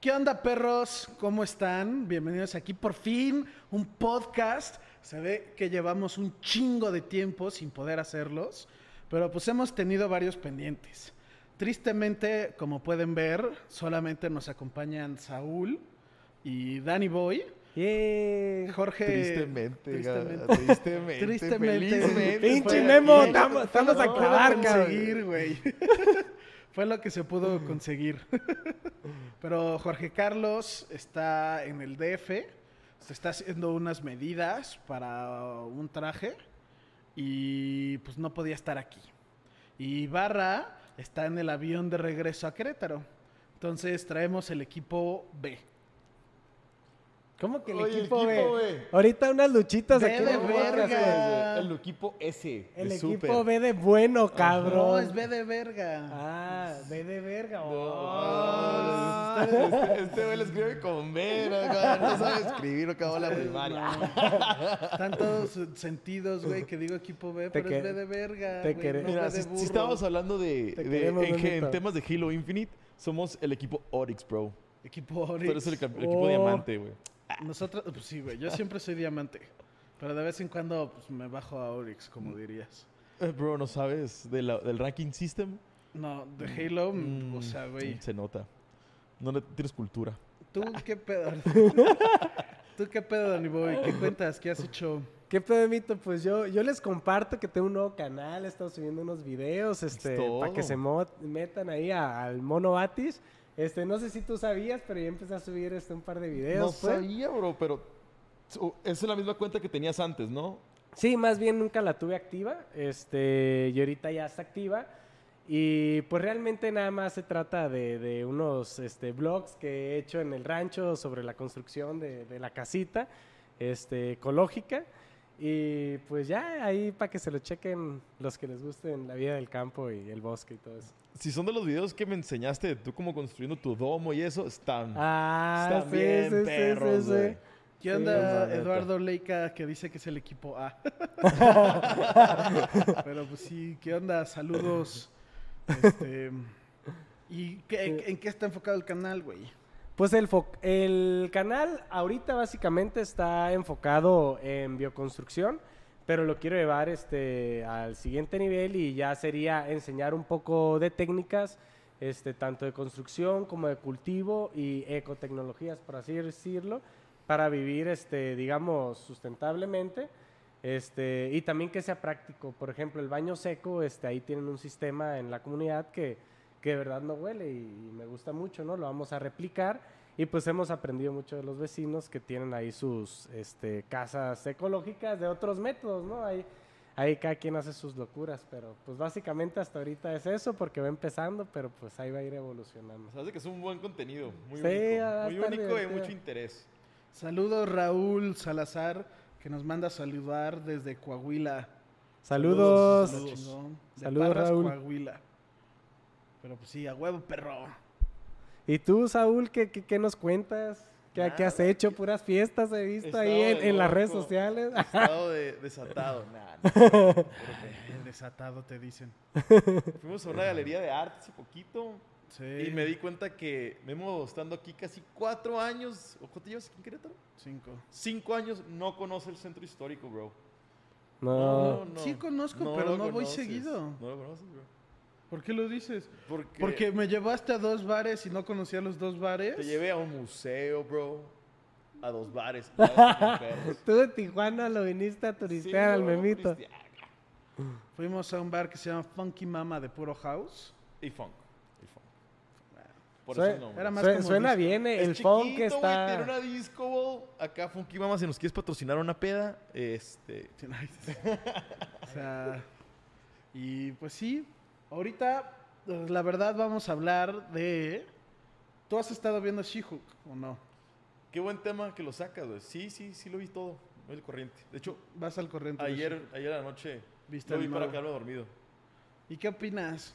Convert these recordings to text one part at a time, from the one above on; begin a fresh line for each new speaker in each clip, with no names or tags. ¿Qué onda, perros? ¿Cómo están? Bienvenidos aquí por fin, un podcast. Se ve que llevamos un chingo de tiempo sin poder hacerlos, pero pues hemos tenido varios pendientes. Tristemente, como pueden ver, solamente nos acompañan Saúl y Danny Boy.
Yeah.
Jorge.
Tristemente,
tristemente.
tristemente, tristemente,
Tristemente.
felizmente,
Pinche
fue-
Memo,
fue-
estamos- estamos
fue-
a
no,
clavar,
pudo
cabrón.
conseguir, güey. Fue lo que se pudo conseguir. Pero Jorge Carlos está en el DF, se está haciendo unas medidas para un traje y pues no podía estar aquí. Y Barra está en el avión de regreso a Querétaro. Entonces traemos el equipo B.
¿Cómo que el
Oye, el
equipo,
equipo,
B?
güey.
Ahorita unas luchitas
Ve
aquí.
de
en el podcast,
verga.
güey.
El equipo S.
El
de
equipo
Super.
B de bueno, cabrón.
No, es B de verga.
Ah, B de verga. oh.
Ah, Este este güey lo escribe con B, no, cabrón, no sabe escribir, no acabó la primaria.
Están todos sentidos, güey, que digo equipo B,
Te
pero es
que-
B de verga.
te
güey,
quere-
no
Mira,
B de
si, si
burro.
estábamos hablando de,
Te
de-
queremos,
en, que- en
Benito.
temas de Halo Infinite, somos el equipo Oryx, bro.
Equipo Oryx.
Pero es el, cap- el equipo
Oh.
diamante, güey.
Nosotros, pues sí, güey, yo siempre soy diamante. Pero de vez en cuando pues, me bajo a Oryx, como dirías.
Eh, Bro, ¿no sabes de la- del ranking system?
No, de Halo, mm, o
Mm,
sea, güey.
Se nota. No le- tienes cultura.
¿Tú qué pedo? ¿Tú qué pedo, Danny Boy? ¿Qué cuentas? ¿Qué has hecho?
¿Qué pedo, Mito? Pues yo, yo les comparto que tengo un nuevo canal, he estado subiendo unos videos, este,
todo.
para que se mo- metan ahí a- al Mono Batis. Este, no sé si tú sabías, pero yo empecé a subir este, un par de videos.
No
pues.
sabía, bro, pero o- esa es la misma cuenta que tenías antes, ¿no?
Sí, más bien nunca la tuve activa, este, y ahorita ya está activa. Y pues realmente nada más se trata de, de unos este, blogs que he hecho en el rancho sobre la construcción de, de la casita este, ecológica. Y pues ya ahí para que se lo chequen los que les gusten la vida del campo y el bosque y todo eso.
Si son de los videos que me enseñaste, tú como construyendo tu domo y eso, están,
Ah,
Mm. están
sí,
bien
sí, sí, sí,
perros,
sí.
güey.
¿Qué
Sí,
onda,
la neta.
Eduardo Leica, que dice que es el equipo A? Pero pues sí, ¿qué onda? Saludos. Este, ¿Y qué- en qué está enfocado el canal, güey?
Pues el, fo- el canal ahorita básicamente está enfocado en bioconstrucción, pero lo quiero llevar este, al siguiente nivel y ya sería enseñar un poco de técnicas, este, tanto de construcción como de cultivo y ecotecnologías, por así decirlo, para vivir, este, digamos, sustentablemente. Este, y también que sea práctico. Por ejemplo, el baño seco, este, ahí tienen un sistema en la comunidad que, que de verdad no huele y, y me gusta mucho, ¿no? Lo vamos a replicar y pues hemos aprendido mucho de los vecinos que tienen ahí sus este, casas ecológicas de otros métodos, ¿no? Ahí, ahí cada quien hace sus locuras, pero pues básicamente hasta ahorita es eso porque va empezando, pero pues ahí va a ir evolucionando.
O sea, hace que es un buen contenido, muy
Sí, va a
único, muy
estar
único y de
divertido.
mucho interés.
Saludos Raúl Salazar, que nos manda a saludar desde Coahuila.
Saludos.
chingón. De
Saludos,
Parras,
Raúl.
Coahuila. Pero pues sí, a huevo, perro.
¿Y tú, Saúl, qué, qué- qué nos cuentas? ¿Qué, qué has
Nada.
hecho? Puras fiestas he
He
visto
estado
ahí en,
de
en las redes
loco.
sociales.
Estado de- desatado. Nah, nah.
El desatado te dicen.
Fuimos a una galería de arte hace poquito
Sí.
y me di cuenta que Memo, estando aquí casi cuatro años, ¿o cuánto llevas aquí en Querétaro?
Cinco.
Cinco años, no conoce el centro histórico, bro.
No.
Sí conozco, pero
lo
no voy
conoces.
seguido.
No lo conoces, bro.
¿Por qué lo dices?
Porque,
Porque me llevaste a dos bares y no conocía los dos bares.
te llevé a un museo, bro. A dos bares. a dos perros.
Tú de Tijuana lo viniste a turistear al
Sí, bro, ah,
memito.
turistear.
Fuimos a un bar que se llama Funky Mama de Puro House.
Y funk. Y funk. Por
Sue-
eso no.
era más
Sue-
como
suena
disco.
bien eh, el funk que
Tiene
está.
una disco, bro. Acá Funky Mama, si nos quieres patrocinar una peda, este...
Sí, no, o sea, y pues sí, ahorita eh, la verdad vamos a hablar de... ¿Tú has estado viendo She-Hulk o no?
Qué buen tema que lo sacas, güey. Sí, sí, sí lo vi todo. Muy corriente. De hecho,
Vas al corriente. de
ayer,
She-Hulk.
ayer a la noche
Viste
lo
el
vi para
nuevo.
quedarme dormido.
¿Y qué opinas?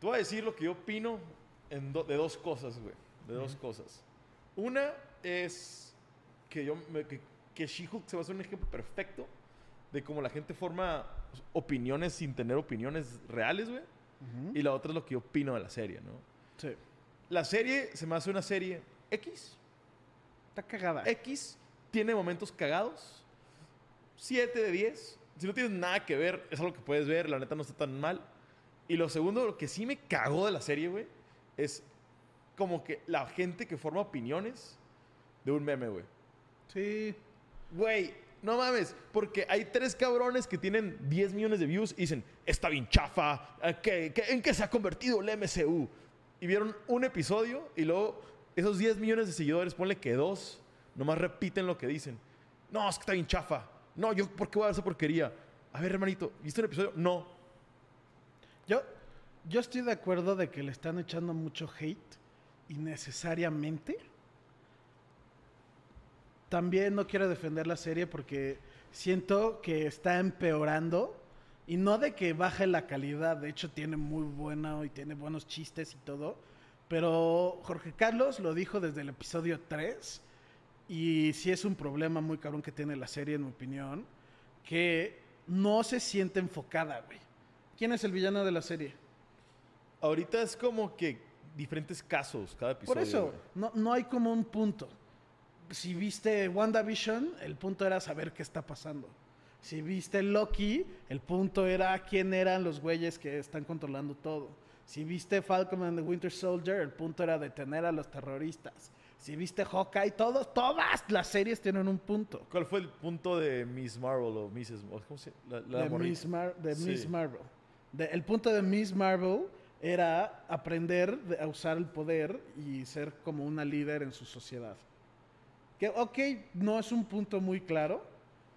Te voy a decir lo que yo opino en do- de dos cosas, güey. De dos cosas. Una es que yo me- que, que She-Hulk se va a hacer un ejemplo perfecto de cómo la gente forma opiniones sin tener opiniones reales, güey.
Ujú.
Y la otra es lo que yo opino de la serie, ¿no?
Sí.
La serie se me hace una serie X.
Está cagada.
X tiene momentos cagados. 7 de 10. Si no tienes nada que ver, es algo que puedes ver. La neta no está tan mal. Y lo segundo, lo que sí me cagó de la serie, güey, es como que la gente que forma opiniones de un meme, güey.
Sí.
Güey, no mames, porque hay tres cabrones que tienen 10 millones de views y dicen, está bien chafa, ¿a qué- qué- en qué se ha convertido el MCU? Y vieron un episodio y luego esos 10 millones de seguidores, ponle que dos, nomás repiten lo que dicen. No, es que está bien chafa. No, yo, ¿por qué voy a ver esa porquería? A ver, hermanito, ¿viste el episodio? No.
Yo, yo estoy de acuerdo de que le están echando mucho hate innecesariamente. También no quiero defender la serie porque siento que está empeorando. Y no de que baje la calidad, de hecho tiene muy buena y tiene buenos chistes y todo. Pero Jorge Carlos lo dijo desde el episodio 3. Y sí es un problema muy cabrón que tiene la serie, en mi opinión. Que no se siente enfocada, güey. ¿Quién es el villano de la serie?
Ahorita es como que diferentes casos cada episodio.
Por eso,
güey.
no, no hay como un punto. Si viste WandaVision, el punto era saber qué está pasando. Si viste Loki, el punto era quién eran los güeyes que están controlando todo. Si viste Falcon and the Winter Soldier, el punto era detener a los terroristas. Si viste Hawkeye, todos, todas las series tienen un punto.
¿Cuál fue el punto de Miss Marvel o Mrs. Marvel? ¿Cómo se La, la
de
morrita.
Miss, Mar- de
Sí.
Miss Marvel. De- el punto de Miss Marvel era aprender de- a usar el poder y ser como una líder en su sociedad. Que, ok, no es un punto muy claro,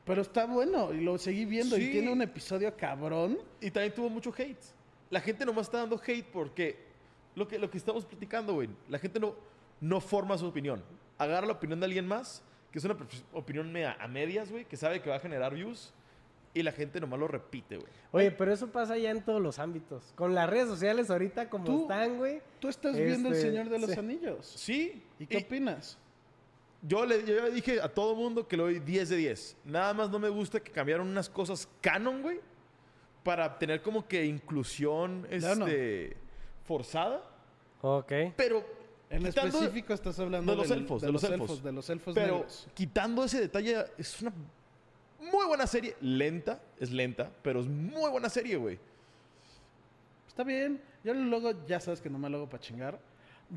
pero está bueno y lo seguí viendo
Sí.
y tiene un episodio cabrón.
Y también tuvo mucho hate. La gente nomás está dando hate porque lo que, lo que estamos platicando, güey, la gente no, no forma su opinión. Agarra la opinión de alguien más, que es una pre- opinión mea- a medias, güey, que sabe que va a generar views y la gente nomás lo repite, güey.
Oye, pero eso pasa ya en todos los ámbitos. Con las redes sociales ahorita como
Tú-
están, güey.
Tú estás viendo El
Este,
Señor de los
sí.
Anillos.
Sí.
¿Y qué opinas?
yo, le, yo ya dije a todo mundo que le doy 10 de 10. Nada más no me gusta que cambiaron unas cosas canon, güey, para tener como que inclusión
Claro, no.
este, forzada.
Ok.
Pero
En
quitando-
específico estás hablando
de los
del-
elfos,
de, los elfos, de los elfos
Pero
Pues negros.
quitando ese detalle, es una muy buena serie. Lenta, es lenta, pero es muy buena serie, güey.
Está bien. Yo luego, ya sabes que no me lo hago para chingar.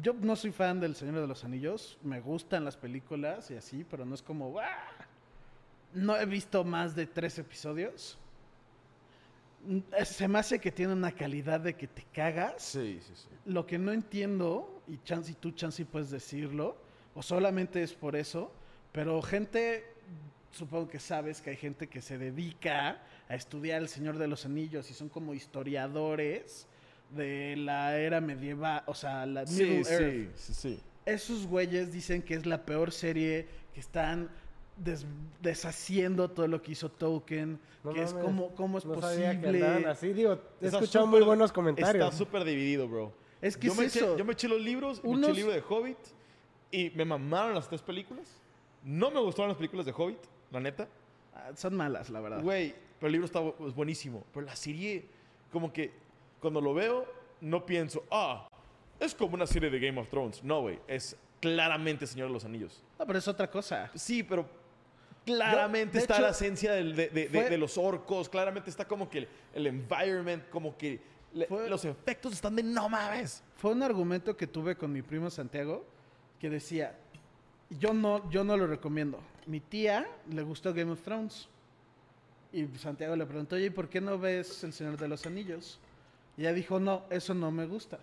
Yo no soy fan del Señor de los Anillos. Me gustan las películas y así, pero no es como. ¡guau! No he visto más de tres episodios. Mm, eh, Se me hace que tiene una calidad de que te cagas.
Sí, sí, sí.
Lo que no entiendo, y Chansey, tú Chansey puedes decirlo, o solamente es por eso, pero gente, supongo que sabes que hay gente que se dedica a estudiar El Señor de los Anillos y son como historiadores de la era medieval, o sea, la Middle
Sí,
Earth
sí, sí, sí.
esos güeyes dicen que es la peor serie, que están des- deshaciendo todo lo que hizo Tolkien,
No
que es
mames,
como cómo es
no sabía que andaban
posible.
así, digo, he
Está
escuchado
súper-
muy buenos comentarios.
Está súper dividido, bro.
Es que
yo,
es
me
eso.
Eché, yo me eché los libros, me eché
Unos-
el libro de Hobbit y me mamaron las tres películas. No me gustaron las películas de Hobbit, la neta.
Ah, Son malas, la verdad.
Güey, pero el libro está bu- es buenísimo. Pero la serie, como que cuando lo veo, no pienso, ah, es como una serie de Game of Thrones. No, güey, es claramente Señor de los Anillos.
No, pero es otra cosa.
Sí, pero claramente
de
está
hecho,
la esencia del- de, de- de-
fue-
de los orcos, claramente está como que el, el environment, como que le-
Fue-
los efectos están de no mames.
Fue un argumento que tuve con mi primo Santiago que decía, yo no, yo no lo recomiendo. Mi tía le gustó Game of Thrones. Y Santiago le preguntó, oye, ¿y ¿por qué no ves El Señor de los Anillos? Y ella dijo, no, eso no me gusta.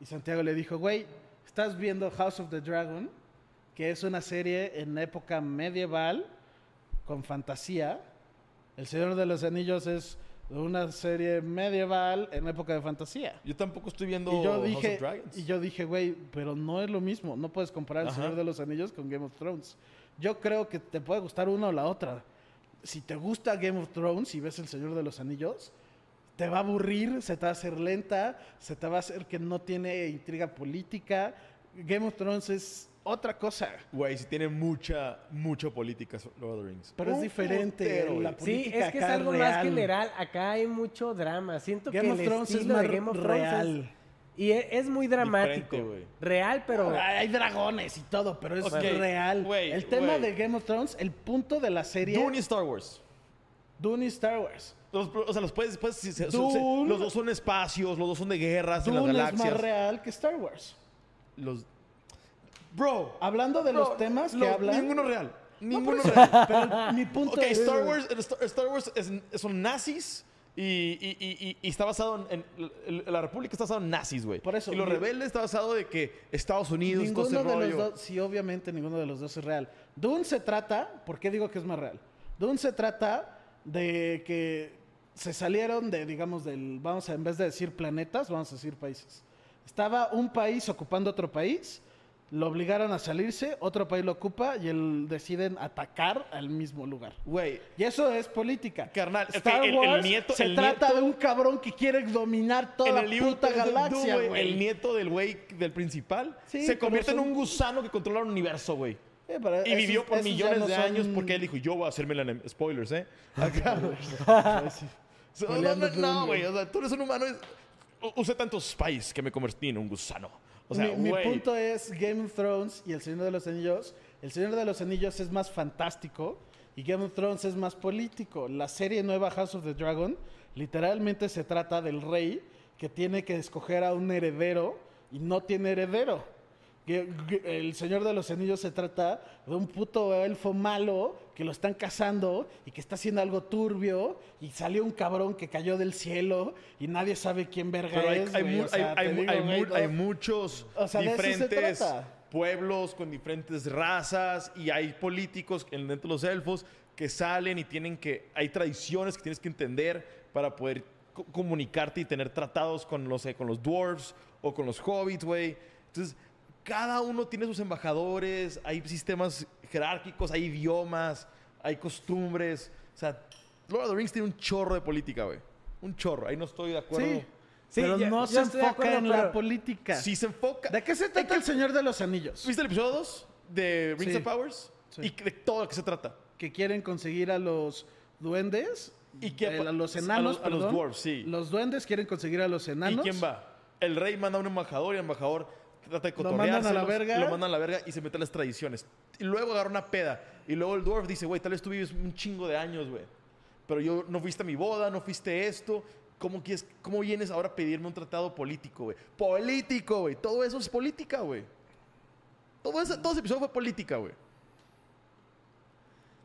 Y Santiago le dijo, güey, estás viendo House of the Dragon, que es una serie en época medieval, con fantasía. El Señor de los Anillos es una serie medieval en época de fantasía.
Yo tampoco estoy viendo
Y yo
House
dije,
of Dragons.
y yo dije, güey, pero no es lo mismo. No puedes comparar El
Ajá.
Señor de los Anillos con Game of Thrones. Yo creo que te puede gustar una o la otra. Si te gusta Game of Thrones y ves El Señor de los Anillos, te va a aburrir, se te va a hacer lenta, se te va a hacer que no tiene intriga política. Game of Thrones es otra cosa,
Güey, sí tiene mucha, mucha política Lord of the Rings.
pero es
Un
diferente.
putero,
la
güey.
Sí,
política
es que es
acá
algo más
real.
general. Acá hay mucho drama. Siento
Game
que
of
el
Thrones es
estilo
más
de Game of Thrones
real.
es- Y e- es muy dramático.
Diferente, güey.
Real, pero...
Hay hay dragones y todo, pero es
Ok,
real.
güey,
el tema
güey.
de Game of Thrones, el punto de la serie.
Dune y Star Wars.
Dune y Star Wars.
Los- o sea, los puedes. puedes- si- si- son- se-
Dune.
los dos son espacios, los dos son de guerras en
Dune
las
es más
galaxias.
real que Star Wars.
Los... Bro.
Hablando de
bro,
los temas que
lo-
hablan.
Ninguno real.
No, por
Ninguno
eso,
real.
pero mi punto
Ok,
es-
Star Wars, el Star, Star Wars es- son nazis y, y- y- y- y está basado en, en- el- La República está basada en nazis, güey.
Por eso,
Y los
ni-
rebeldes está basado de que Estados Unidos, todo
Ninguno
ese
de
rollo.
los dos, sí, obviamente ninguno de los dos es real. Dune se trata, ¿por qué digo que es más real? Dune se trata de que se salieron de, digamos, del, vamos a, en vez de decir planetas, vamos a decir países. Estaba un país ocupando otro país, lo obligaron a salirse, otro país lo ocupa y el, deciden atacar al mismo lugar.
Güey,
Y eso es política.
Carnal, es
Star
que el- el
Wars
nieto-
se
el
trata
nieto-
de un cabrón que quiere dominar toda
en
la
el libro
puta
de Dune,
galaxia,
güey,
güey.
el nieto del güey del principal
Sí,
se
pero
convierte en
son-
un gusano que controla el universo, güey.
Eh, pero
Y
esos-
vivió por
esos ya
millones
no
de
son-
años porque él dijo, yo voy a hacerme la enemigo. Spoilers, ¿eh? Acá. So, no,
Peleando
no,
por
no,
un-
güey. O sea, tú eres un humano. es- u- Usé tantos spice que me convertí en un gusano. O sea,
mi, mi
güey.
punto es Game of Thrones y El Señor de los Anillos. El Señor de los Anillos es más fantástico y Game of Thrones es más político. La serie nueva House of the Dragon literalmente se trata del rey que tiene que escoger a un heredero y no tiene heredero. Ge- ge- El Señor de los Anillos se trata de un puto elfo malo que lo están cazando y que está haciendo algo turbio y salió un cabrón que cayó del cielo y nadie sabe quién verga
Pero hay,
es.
hay
güey.
mu-
O sea,
hay-
te
hay mu-
digo,
hay
güey,
mu- hay
no-
muchos
O sea, de eso se
diferentes
trata.
pueblos con diferentes razas y hay políticos en- dentro de los elfos que salen y tienen que. Hay tradiciones que tienes que entender para poder co- comunicarte y tener tratados con los, eh, con los dwarves o con los hobbits, güey. Entonces, cada uno tiene sus embajadores, hay sistemas jerárquicos, hay idiomas, hay costumbres. O sea, Lord of the Rings tiene un chorro de política, güey. Un chorro. Ahí no estoy de acuerdo.
Sí.
Sí,
pero
ya-
no
yo
se
estoy de
enfoca
acuerdo,
en
pero-
la política.
Si se enfoca.
¿De qué se trata el Señor de los Anillos?
¿Viste el episodio 2 de Rings
Sí.
of Powers?
Sí.
Y de todo lo que se trata.
Que quieren conseguir a los duendes.
¿Y qué
eh,
pa-
a los
a
enanos,
los- a los
perdón.
dwarves, sí.
Los duendes quieren conseguir a los
¿Y
enanos.
quién va? El rey manda a un embajador y el embajador trata de
Lo mandan
cotorrearse.
a la verga.
Lo mandan a la verga y se mete a las tradiciones. Y luego agarra una peda. Y luego el dwarf dice, güey, tal vez tú vives un chingo de años, güey. Pero yo no fuiste a mi boda, no fuiste esto. ¿Cómo, quieres, ¿Cómo vienes ahora a pedirme un tratado político, güey? Político, güey. Todo eso es política, güey. Todo ese, todo ese episodio fue política, güey.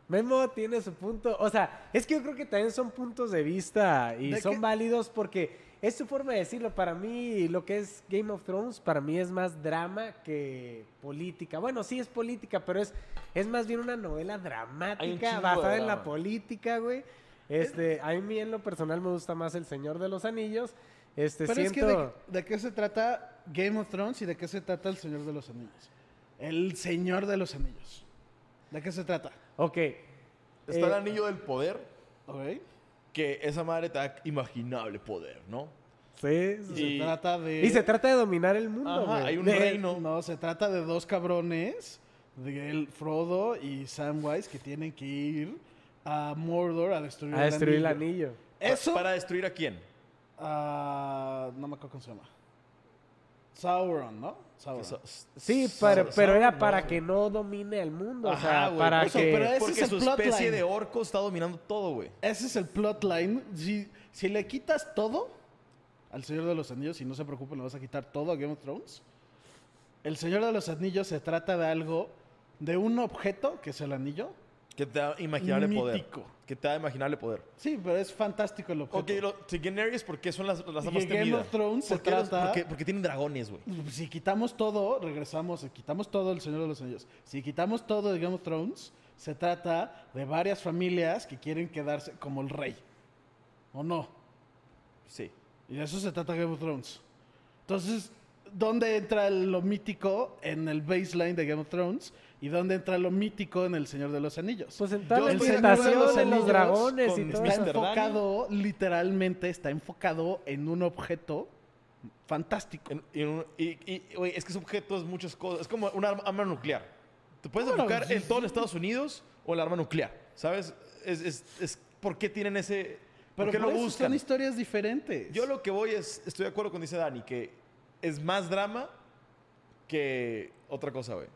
Memo tiene su punto. O sea, es que yo creo que también son puntos de vista y
¿De
son
qué?
válidos porque es su forma de decirlo. Para mí, lo que es Game of Thrones, para mí es más drama que política. Bueno, sí es política, pero es, es más bien una novela
Hay un
dramática
chingo
basada
de
en la
drama.
política, güey. Este, a mí en lo personal me gusta más El Señor de los Anillos. Este,
Pero
siento...
es que de, de qué se trata Game of Thrones y de qué se trata el Señor de los Anillos? El Señor de los Anillos. ¿De qué se trata?
Ok.
Está el
Eh,
anillo del poder.
¿Ok?
que esa madre te da imaginable poder, ¿no?
Sí,
Y,
sí.
Y-
se trata de...
Y se trata de dominar el mundo,
Ajá,
güey.
Ah, hay un
De-
reino.
No. se trata de dos cabrones, de el Frodo y Samwise, que tienen que ir a Mordor a destruir,
A destruir el anillo.
Eso.
Pa- ¿Para destruir a quién?
ah, no me acuerdo cómo se llama. Sauron, ¿no? Sauron.
Sa-
Sí,
sa-
pero,
sa-
pero era
no,
para
güey.
que no domine el mundo. o
Ajá,
sea,
güey,
para
por eso,
que...
pero ese
Porque
es el
su especie
plotline.
de orco está dominando todo, güey.
Ese es el plotline. Si, si le quitas todo al Señor de los Anillos, y no se preocupen, le vas a quitar todo a Game of Thrones. El Señor de los Anillos se trata de algo, de un objeto, que es el anillo.
Que te da imaginable
Mítico.
poder. Que te da imaginable poder.
Sí, pero es fantástico el objeto.
Ok, lo, si Daenerys, ¿por qué son las las
Y
más
en Game
temidas?
of Thrones se
¿Por qué los-
trata-
Porque, porque tienen dragones, güey.
Pues, Si quitamos todo, regresamos, si quitamos todo el Señor de los Anillos. Si quitamos todo de Game of Thrones, se trata de varias familias que quieren quedarse como el rey. ¿O no?
Sí.
Y de eso se trata Game of Thrones. Entonces, ¿dónde entra el- lo mítico en el baseline de Game of Thrones? ¿Y dónde entra lo mítico en el Señor de los Anillos?
Pues en toda
Yo
la
estoy de
ambientación
acuerdo
de
con
los
ellos,
dragones y
con
todo
está
eso.
Mr. Dani.
enfocado, literalmente, está enfocado en un objeto fantástico.
En- y en un- y, y, güey, es que ese objeto es muchas cosas. Es como una arma, arma nuclear. Te puedes
Claro,
enfocar
sí,
en
sí.
todo en Estados Unidos o en la arma nuclear. ¿Sabes? Es, es, es por qué tienen ese.
Pero
¿Por qué
por
lo
eso son
buscan?
historias diferentes.
Yo lo que voy es, estoy de acuerdo con dice Dani, que es más drama que otra cosa, güey.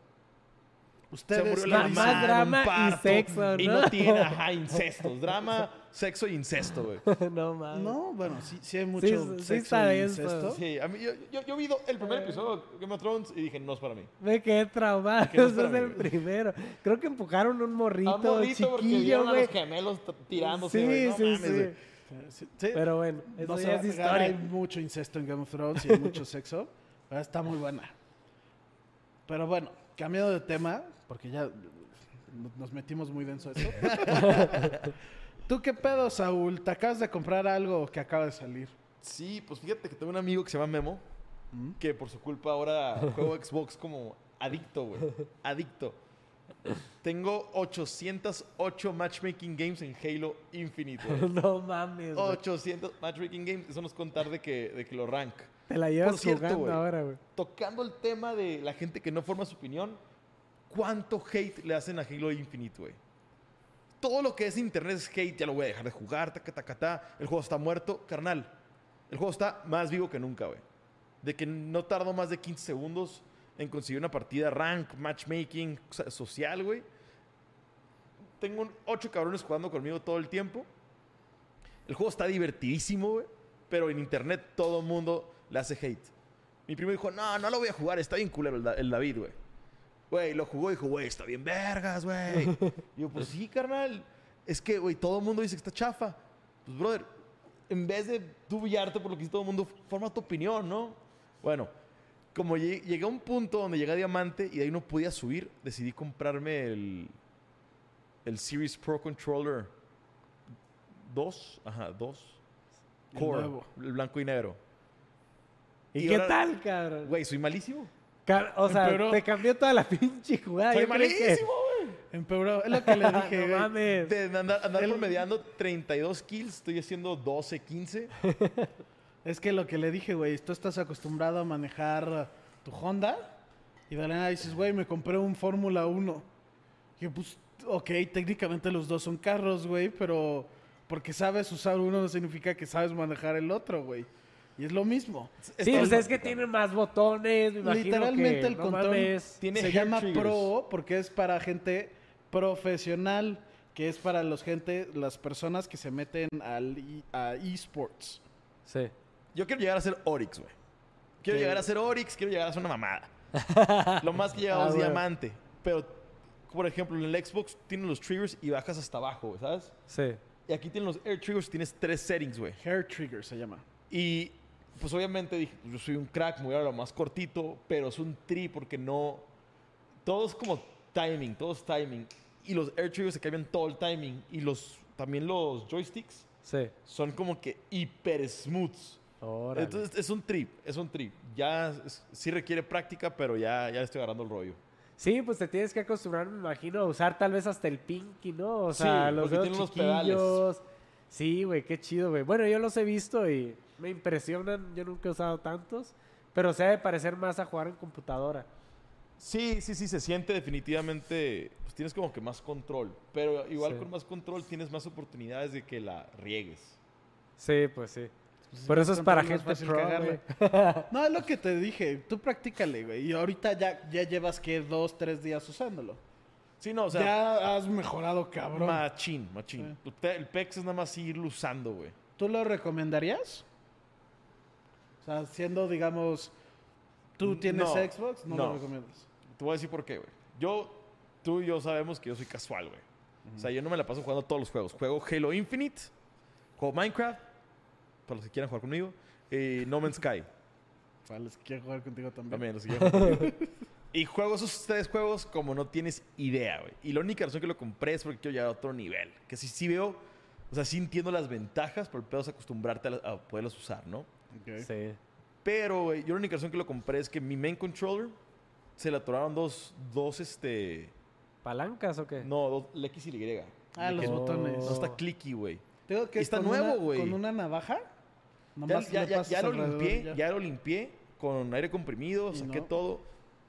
Ustedes
la
lo
más
dicen.
madre. drama y sexo,
Y
¿no?
no tiene, ajá, incestos. Drama, sexo e incesto, güey.
no mames.
No, bueno, sí, sí hay mucho
Ah. Sí, sí
sexo
está
y
denso.
incesto.
Sí, a mí, yo, yo, yo vi do- el
Eh.
primer episodio de Game of Thrones y dije, no es para mí.
Me quedé traumado.
Que no es
Ese es
para
el
mí, güey.
primero. Creo que empujaron un morrito,
Ah, morrito, porque
chiquillo,
vieron a
güey.
los gemelos t- tirándose,
Sí,
güey. No
sí,
mames,
sí.
güey.
Sí, sí.
Pero bueno, eso
No se
ya
va
es
a negar, Hay
historia.
mucho incesto en Game of Thrones y hay mucho sexo. Pero está muy buena. Pero bueno, cambiando de tema, porque ya nos metimos muy denso a eso. ¿Tú qué pedo, Saúl? ¿Te acabas de comprar algo que acaba de salir?
Sí, pues fíjate que tengo un amigo que se llama Memo,
¿Mm?
que por su culpa ahora juego Xbox como adicto, güey. Adicto. Tengo 808 matchmaking games en Halo Infinite, güey.
No mames. güey.
Oh, 800 matchmaking games, eso nos contar de que, de que lo rank.
Te la llevas
Por cierto,
jugando
güey.
ahora, güey.
Tocando el tema de la gente que no forma su opinión, ¿cuánto hate le hacen a Halo Infinite, güey? Todo lo que es internet es hate, ya lo voy a dejar de jugar, taca, taca, ta, el juego está muerto, carnal. El juego está más vivo que nunca, güey. De que no tardo más de 15 segundos en conseguir una partida rank, matchmaking, so- social, güey. Tengo un- ocho cabrones jugando conmigo todo el tiempo. El juego está divertidísimo, güey. Pero en internet todo el mundo le hace hate. Mi primo dijo, no, no lo voy a jugar, está bien culero el, Da- el David, güey. Güey, lo jugó y dijo, güey, está bien vergas, güey. Y yo, pues sí, carnal. Es que, güey, todo el mundo dice que está chafa. Pues, brother, en vez de tú brillarte por lo que dice todo el mundo, forma tu opinión, ¿no? Bueno, como lle- llegué a un punto donde llegué a Diamante y de ahí no podía subir, decidí comprarme el, el Series Pro Controller 2. Ajá, 2.
El
Core,
nuevo.
el blanco y negro.
¿Y,
Y
qué
ahora-
tal, cabrón?
Güey, soy malísimo.
Car- o sea,
Empeoró.
te cambió toda la pinche jugada. Ah,
Soy
Yo creo que-
malísimo, güey.
Empeoró. Es lo que le dije,
no
güey.
mames.
De andar, andar promediando 32 kills, estoy haciendo 12, 15.
Es que lo que le dije, güey, tú estás acostumbrado a manejar tu Honda y de la nada dices, güey, me compré un Fórmula 1. Que pues, ok, técnicamente los dos son carros, güey, pero porque sabes usar uno no significa que sabes manejar el otro, güey. Y es lo mismo.
Sí,
Estoy-
pues es que tiene más botones, me imagino
Literalmente
que,
el
no
control
mames.
tiene
se
hair
llama
triggers.
Pro porque es para gente profesional, que es para los gente, las personas que se meten al e- a esports.
Sí.
Yo quiero llegar a ser Oryx, güey. Quiero
¿Qué?
llegar a ser Oryx, quiero llegar a ser una mamada. Lo más que he llegado
Ah,
es
güey.
diamante. Pero, por ejemplo, en el Xbox tienen los triggers y bajas hasta abajo, güey, ¿sabes?
Sí.
Y aquí tienen los air triggers, tienes tres settings, güey.
Hair trigger se llama.
Y pues obviamente dije, pues, yo soy un crack, me voy a lo más cortito, pero es un tri porque no... Todo es como timing, todo es timing. Y los air triggers se cambian todo el timing. Y los también los joysticks
Sí.
son como que hiper smooths.
Órale.
Entonces es un trip, es un trip. Ya es- sí requiere práctica, pero ya, ya le estoy agarrando el rollo.
Sí, pues te tienes que acostumbrar, me imagino, a usar tal vez hasta el pinky, ¿no? O
Sí,
sea, los
porque
dedos
tiene unos
chiquillos. Sí, güey, qué chido, güey. Bueno, yo los he visto y me impresionan. Yo nunca he usado tantos, pero se ha de parecer más a jugar en computadora.
Sí, sí, sí, se siente definitivamente. Pues tienes como que más control. Pero igual
Sí.
con más control tienes más oportunidades de que la riegues.
Sí, pues sí.
Pues
Por eso es para
control más
gente
fácil
pro,
cagarla.
güey.
No, es lo que te dije. Tú practícale, güey. Y ahorita ya, ya llevas que dos, tres días usándolo.
Sí, no, o sea.
ya has mejorado, cabrón.
Machín, machín. El pe- El PEX es nada más ir usando, güey.
¿Tú lo recomendarías? O sea, siendo, digamos, tú
N-
tienes
Mm, no,
Xbox, no, lo
no.
recomiendas.
Te voy a decir por qué, güey. Yo, tú y yo sabemos que yo soy casual, güey. O sea, yo no me la paso jugando todos los juegos. Juego Halo Infinite, juego Minecraft, para los que quieran jugar conmigo, y No Man's Sky.
Para los que quieren jugar contigo también.
También, los que quieran jugar conmigo. Y juego esos tres juegos como no tienes idea, güey. Y la única razón que lo compré es porque quiero llegar a otro nivel. Que sí, sí veo, o sea, sí entiendo las ventajas, pero el pedo es acostumbrarte a, la- a poderlas usar, ¿no?
Ok.
Sí.
Pero, güey, yo la única razón que lo compré es que mi main controller se le atoraron dos, dos, este...
¿Palancas o qué?
No, dos, la X y la Y.
Ah,
De
los
que no-
botones.
No está clicky, güey.
Tengo que
Está
con
nuevo,
una-
güey.
Con una navaja.
Ya,
nomás
ya,
le
ya,
pasas
ya lo
alrededor y
limpié,
ya.
ya. lo limpié con aire comprimido,
Y
saqué
no.
todo.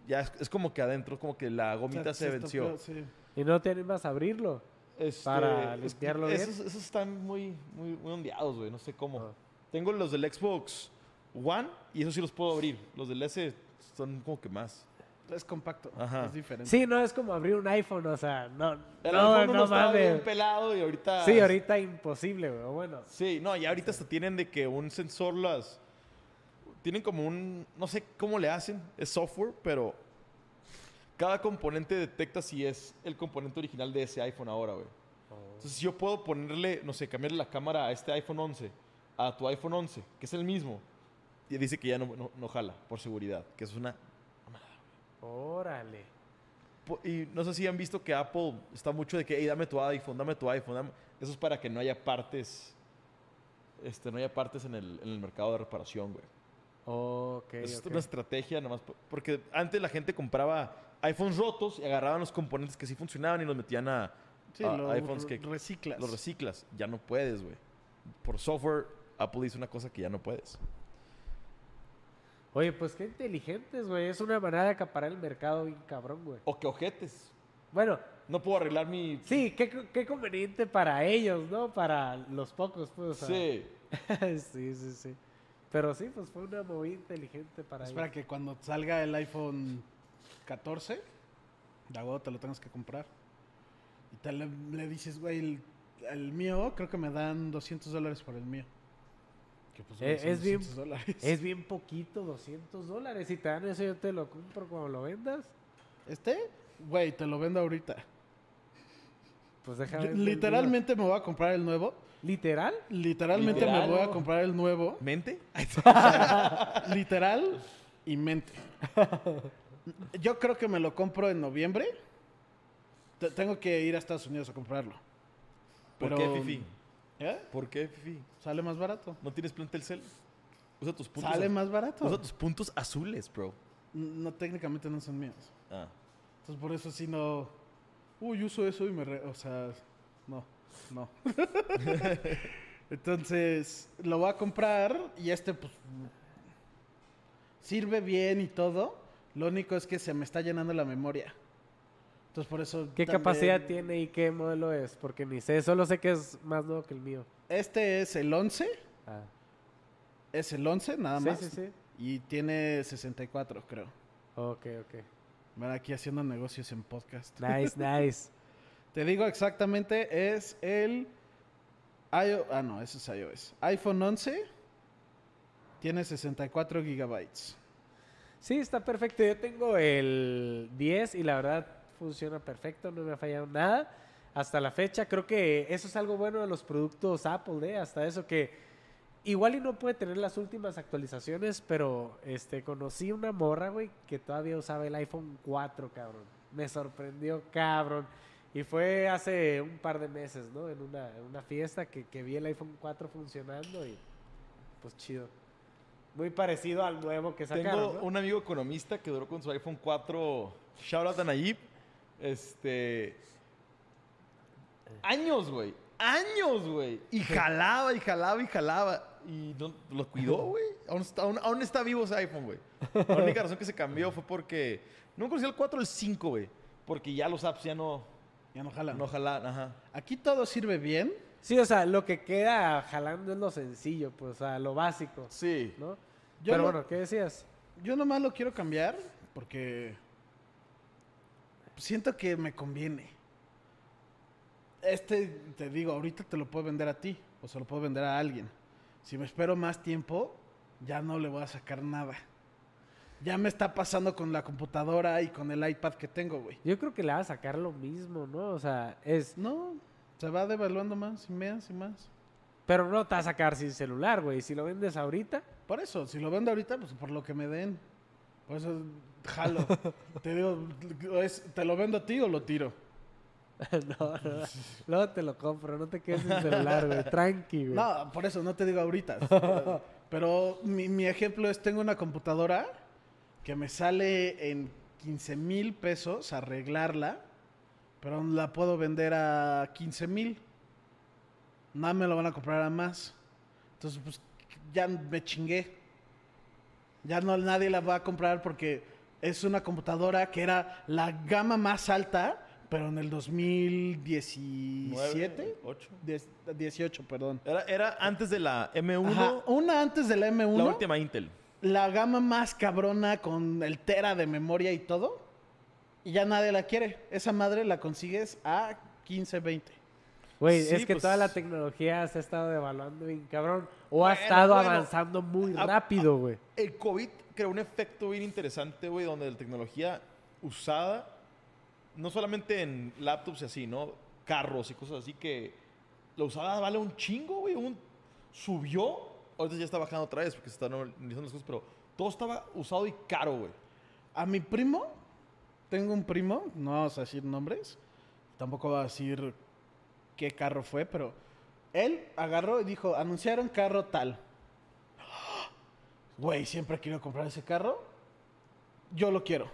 Ya es, es como que adentro, como que la
O sea,
gomita se venció.
estropeó, sí.
Y no te animas a abrirlo.
Este,
Para
es que
limpiarlo bien.
esos, esos están muy, muy, muy ondeados, güey. No sé cómo.
Ah.
Tengo los del Xbox One, y eso sí los puedo abrir. Los del S son como que más.
Es compacto,
Ajá.
es diferente.
Sí, no es como abrir un iPhone, o sea, no,
El
no,
iPhone uno
no
estaba bien
mames.
pelado y ahorita...
Sí, ahorita imposible, güey. Bueno,
Sí, no, y ahorita hasta tienen de que un sensor las... Tienen como un... No sé cómo le hacen, es software, pero... Cada componente detecta si es el componente original de ese iPhone ahora, güey. Entonces, si yo puedo ponerle, no sé, cambiarle la cámara a este iPhone 11, a tu iPhone 11, que es el mismo, y dice que ya no, no, no jala, por seguridad, que es una...
órale.
po- Y no sé si han visto que Apple está mucho de que, hey, dame tu iPhone, dame tu iPhone, dame-". Eso es para que no haya partes, este, no haya partes en el, en el mercado de reparación, güey.
Ok,
es
ok.
una estrategia nomás, po- porque antes la gente compraba iPhones rotos y agarraban los componentes que sí funcionaban y los metían a,
Sí,
a
lo
Ah, iPhones
re-
que...
reciclas.
Lo reciclas. Ya no puedes, güey. Por software, Apple hizo una cosa que ya no puedes.
Oye, pues qué inteligentes, güey. Es una manera de acaparar el mercado bien cabrón, güey.
O que ojetes.
Bueno,
No puedo arreglar mi...
sí, qué, co- qué conveniente para ellos, ¿no? Para los pocos, pues. o sea.
Sí.
sí, sí, sí. Pero sí, pues fue una movida inteligente para
Es Pues para
ellos.
que cuando salga el iPhone 14, de a huevo te lo tengas que comprar. Y te le, le dices, güey, el, el mío, creo que me dan 200 dólares por el mío. Que pues, güey,
Eh,
son
es bien-
200 dólares.
Es bien poquito, 200 dólares. Si te dan eso, yo te lo compro cuando lo vendas.
¿Este? Güey, te lo vendo ahorita.
Pues déjame.
Yo
ver,
literalmente me voy a comprar el nuevo.
¿Literal?
Literalmente
Literal.
me voy a comprar el nuevo.
¿Mente?
Literal y mente. Yo creo que me lo compro en noviembre. Te- tengo que ir a Estados Unidos a comprarlo.
¿Por
Pero-
qué, Fifi?
¿Eh?
¿Por qué, Fifi?
Sale más barato.
¿No tienes plan Telcel? Usa tus puntos...
Sale
az-
más barato.
Usa tus puntos azules, bro.
No, técnicamente no son míos.
Ah.
Entonces por eso sí no. Uy, uso eso y me. re- O sea, no, no. Entonces lo voy a comprar y este, pues. Sirve bien y todo. Lo único es que se me está llenando la memoria. Entonces por eso.
¿Qué
también-
capacidad tiene y qué modelo es? Porque ni sé, solo sé que es más nuevo que el mío.
Este es el 11.
Ah.
Es el 11, nada
sí,
más.
sí, sí.
Y tiene 64, creo.
Ok, ok.
Van aquí haciendo negocios en podcast.
Nice, nice.
Te digo exactamente, es el... iO- ah, no, eso es iOS. iPhone 11 tiene 64 gigabytes.
Sí, está perfecto. Yo tengo el 10 y la verdad funciona perfecto, no me ha fallado nada hasta la fecha. Creo que eso es algo bueno de los productos Apple, ¿eh? Hasta eso que igual y no puede tener las últimas actualizaciones, pero este conocí una morra, güey, que todavía usaba el iPhone 4, cabrón. Me sorprendió, cabrón. Y fue hace un par de meses, ¿no? En una, en una fiesta que, que vi el iPhone 4 funcionando y pues chido. Muy parecido al nuevo que
Tengo
sacaron. ¿no?
un amigo economista que duró con su iPhone 4, shout out a Nayib, este... Años, güey. Años, güey. Y jalaba, y jalaba, y jalaba. Y no, lo cuidó, güey. Aún está, aún- aún está vivo ese iPhone, güey. La única razón que se cambió fue porque... No conocí el 4 o el 5, güey. Porque ya los apps ya no...
Ya no jalan.
No jalan, ajá.
Aquí todo sirve bien.
Sí, o sea, lo que queda jalando es lo sencillo, pues, o sea, lo básico,
Sí.
¿no?
Yo
Pero
no-
bueno, ¿qué decías?
Yo nomás lo quiero cambiar porque siento que me conviene. Este, te digo, ahorita te lo puedo vender a ti o se lo puedo vender a alguien. Si me espero más tiempo, ya no le voy a sacar nada. Ya me está pasando con la computadora y con el iPad que tengo, güey.
Yo creo que le va a sacar lo mismo, ¿no? O sea, es...
No, se va devaluando más y más y más.
Pero no te va a sacar sin celular, güey. Si lo vendes ahorita,
Por eso, si lo vendo ahorita, pues por lo que me den. Por eso jalo. te digo, es- te lo vendo a ti o lo tiro.
no, no, luego te lo compro, no te quedes sin celular, güey. Tranqui, güey.
No, por eso no te digo ahorita. Pero mi, mi ejemplo es, tengo una computadora que me sale en 15 mil pesos arreglarla, pero la puedo vender a 15 mil. Nada me lo van a comprar a más. Entonces, pues ya me chingué. Ya no nadie la va a comprar porque es una computadora que era la gama más alta Pero en el 2017,
8.
diez- 18, perdón.
Era, era antes de la M1,
Ajá, una antes de la M1.
la última Intel.
la gama más cabrona con el tera de memoria y todo. Y ya nadie la quiere. Esa madre la consigues a 15, 20.
Güey,
Sí,
es que
pues-
toda la tecnología se ha estado devaluando bien cabrón. O ha
Bueno,
estado
bueno.
avanzando muy
Ah,
rápido, güey.
El COVID creó un efecto bien interesante, güey, donde la tecnología usada, no solamente en laptops y así, ¿no? Carros y cosas así, que la usada vale un chingo, güey. Un, subió, ahorita ya está bajando otra vez porque se están normalizando las cosas, pero todo estaba usado y caro, güey.
A mi primo, tengo un primo, no vamos a decir nombres, tampoco va a decir qué carro fue, pero él agarró y dijo, anunciaron carro tal. Güey, siempre quiero comprar ese carro, yo lo quiero.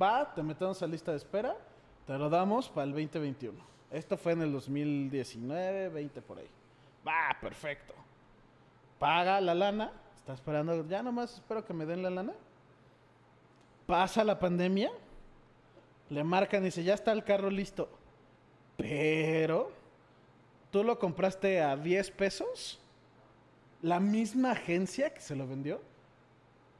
Va, te metemos a lista de espera, te lo damos para el 2021. Esto fue en el 2019, 20 por ahí. Va, perfecto. Paga la lana, está esperando, ya nomás espero que me den la lana pasa la pandemia, le marcan y dice, ya está el carro listo. Pero tú lo compraste a 10 pesos. La misma agencia que se lo vendió,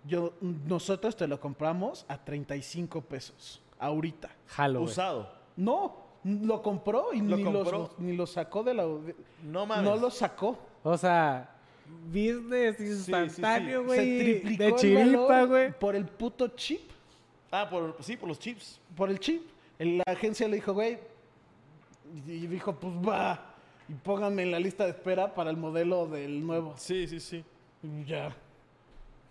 yo, nosotros te lo compramos a 35 pesos. Ahorita.
Jalo, güey.
usado.
No, lo compró y
Lo
ni,
compró.
Los, ni lo sacó de la...
No mames.
No lo sacó.
O sea, business instantáneo,
sí.
güey.
se triplicó
de
el
chiripa,
valor
güey.
por el puto chip.
Ah, por, sí, por los chips.
por el chip. El- La agencia le dijo, güey, y dijo, pues va, y pónganme en la lista de espera para el modelo del nuevo.
Sí, sí, sí.
Y ya.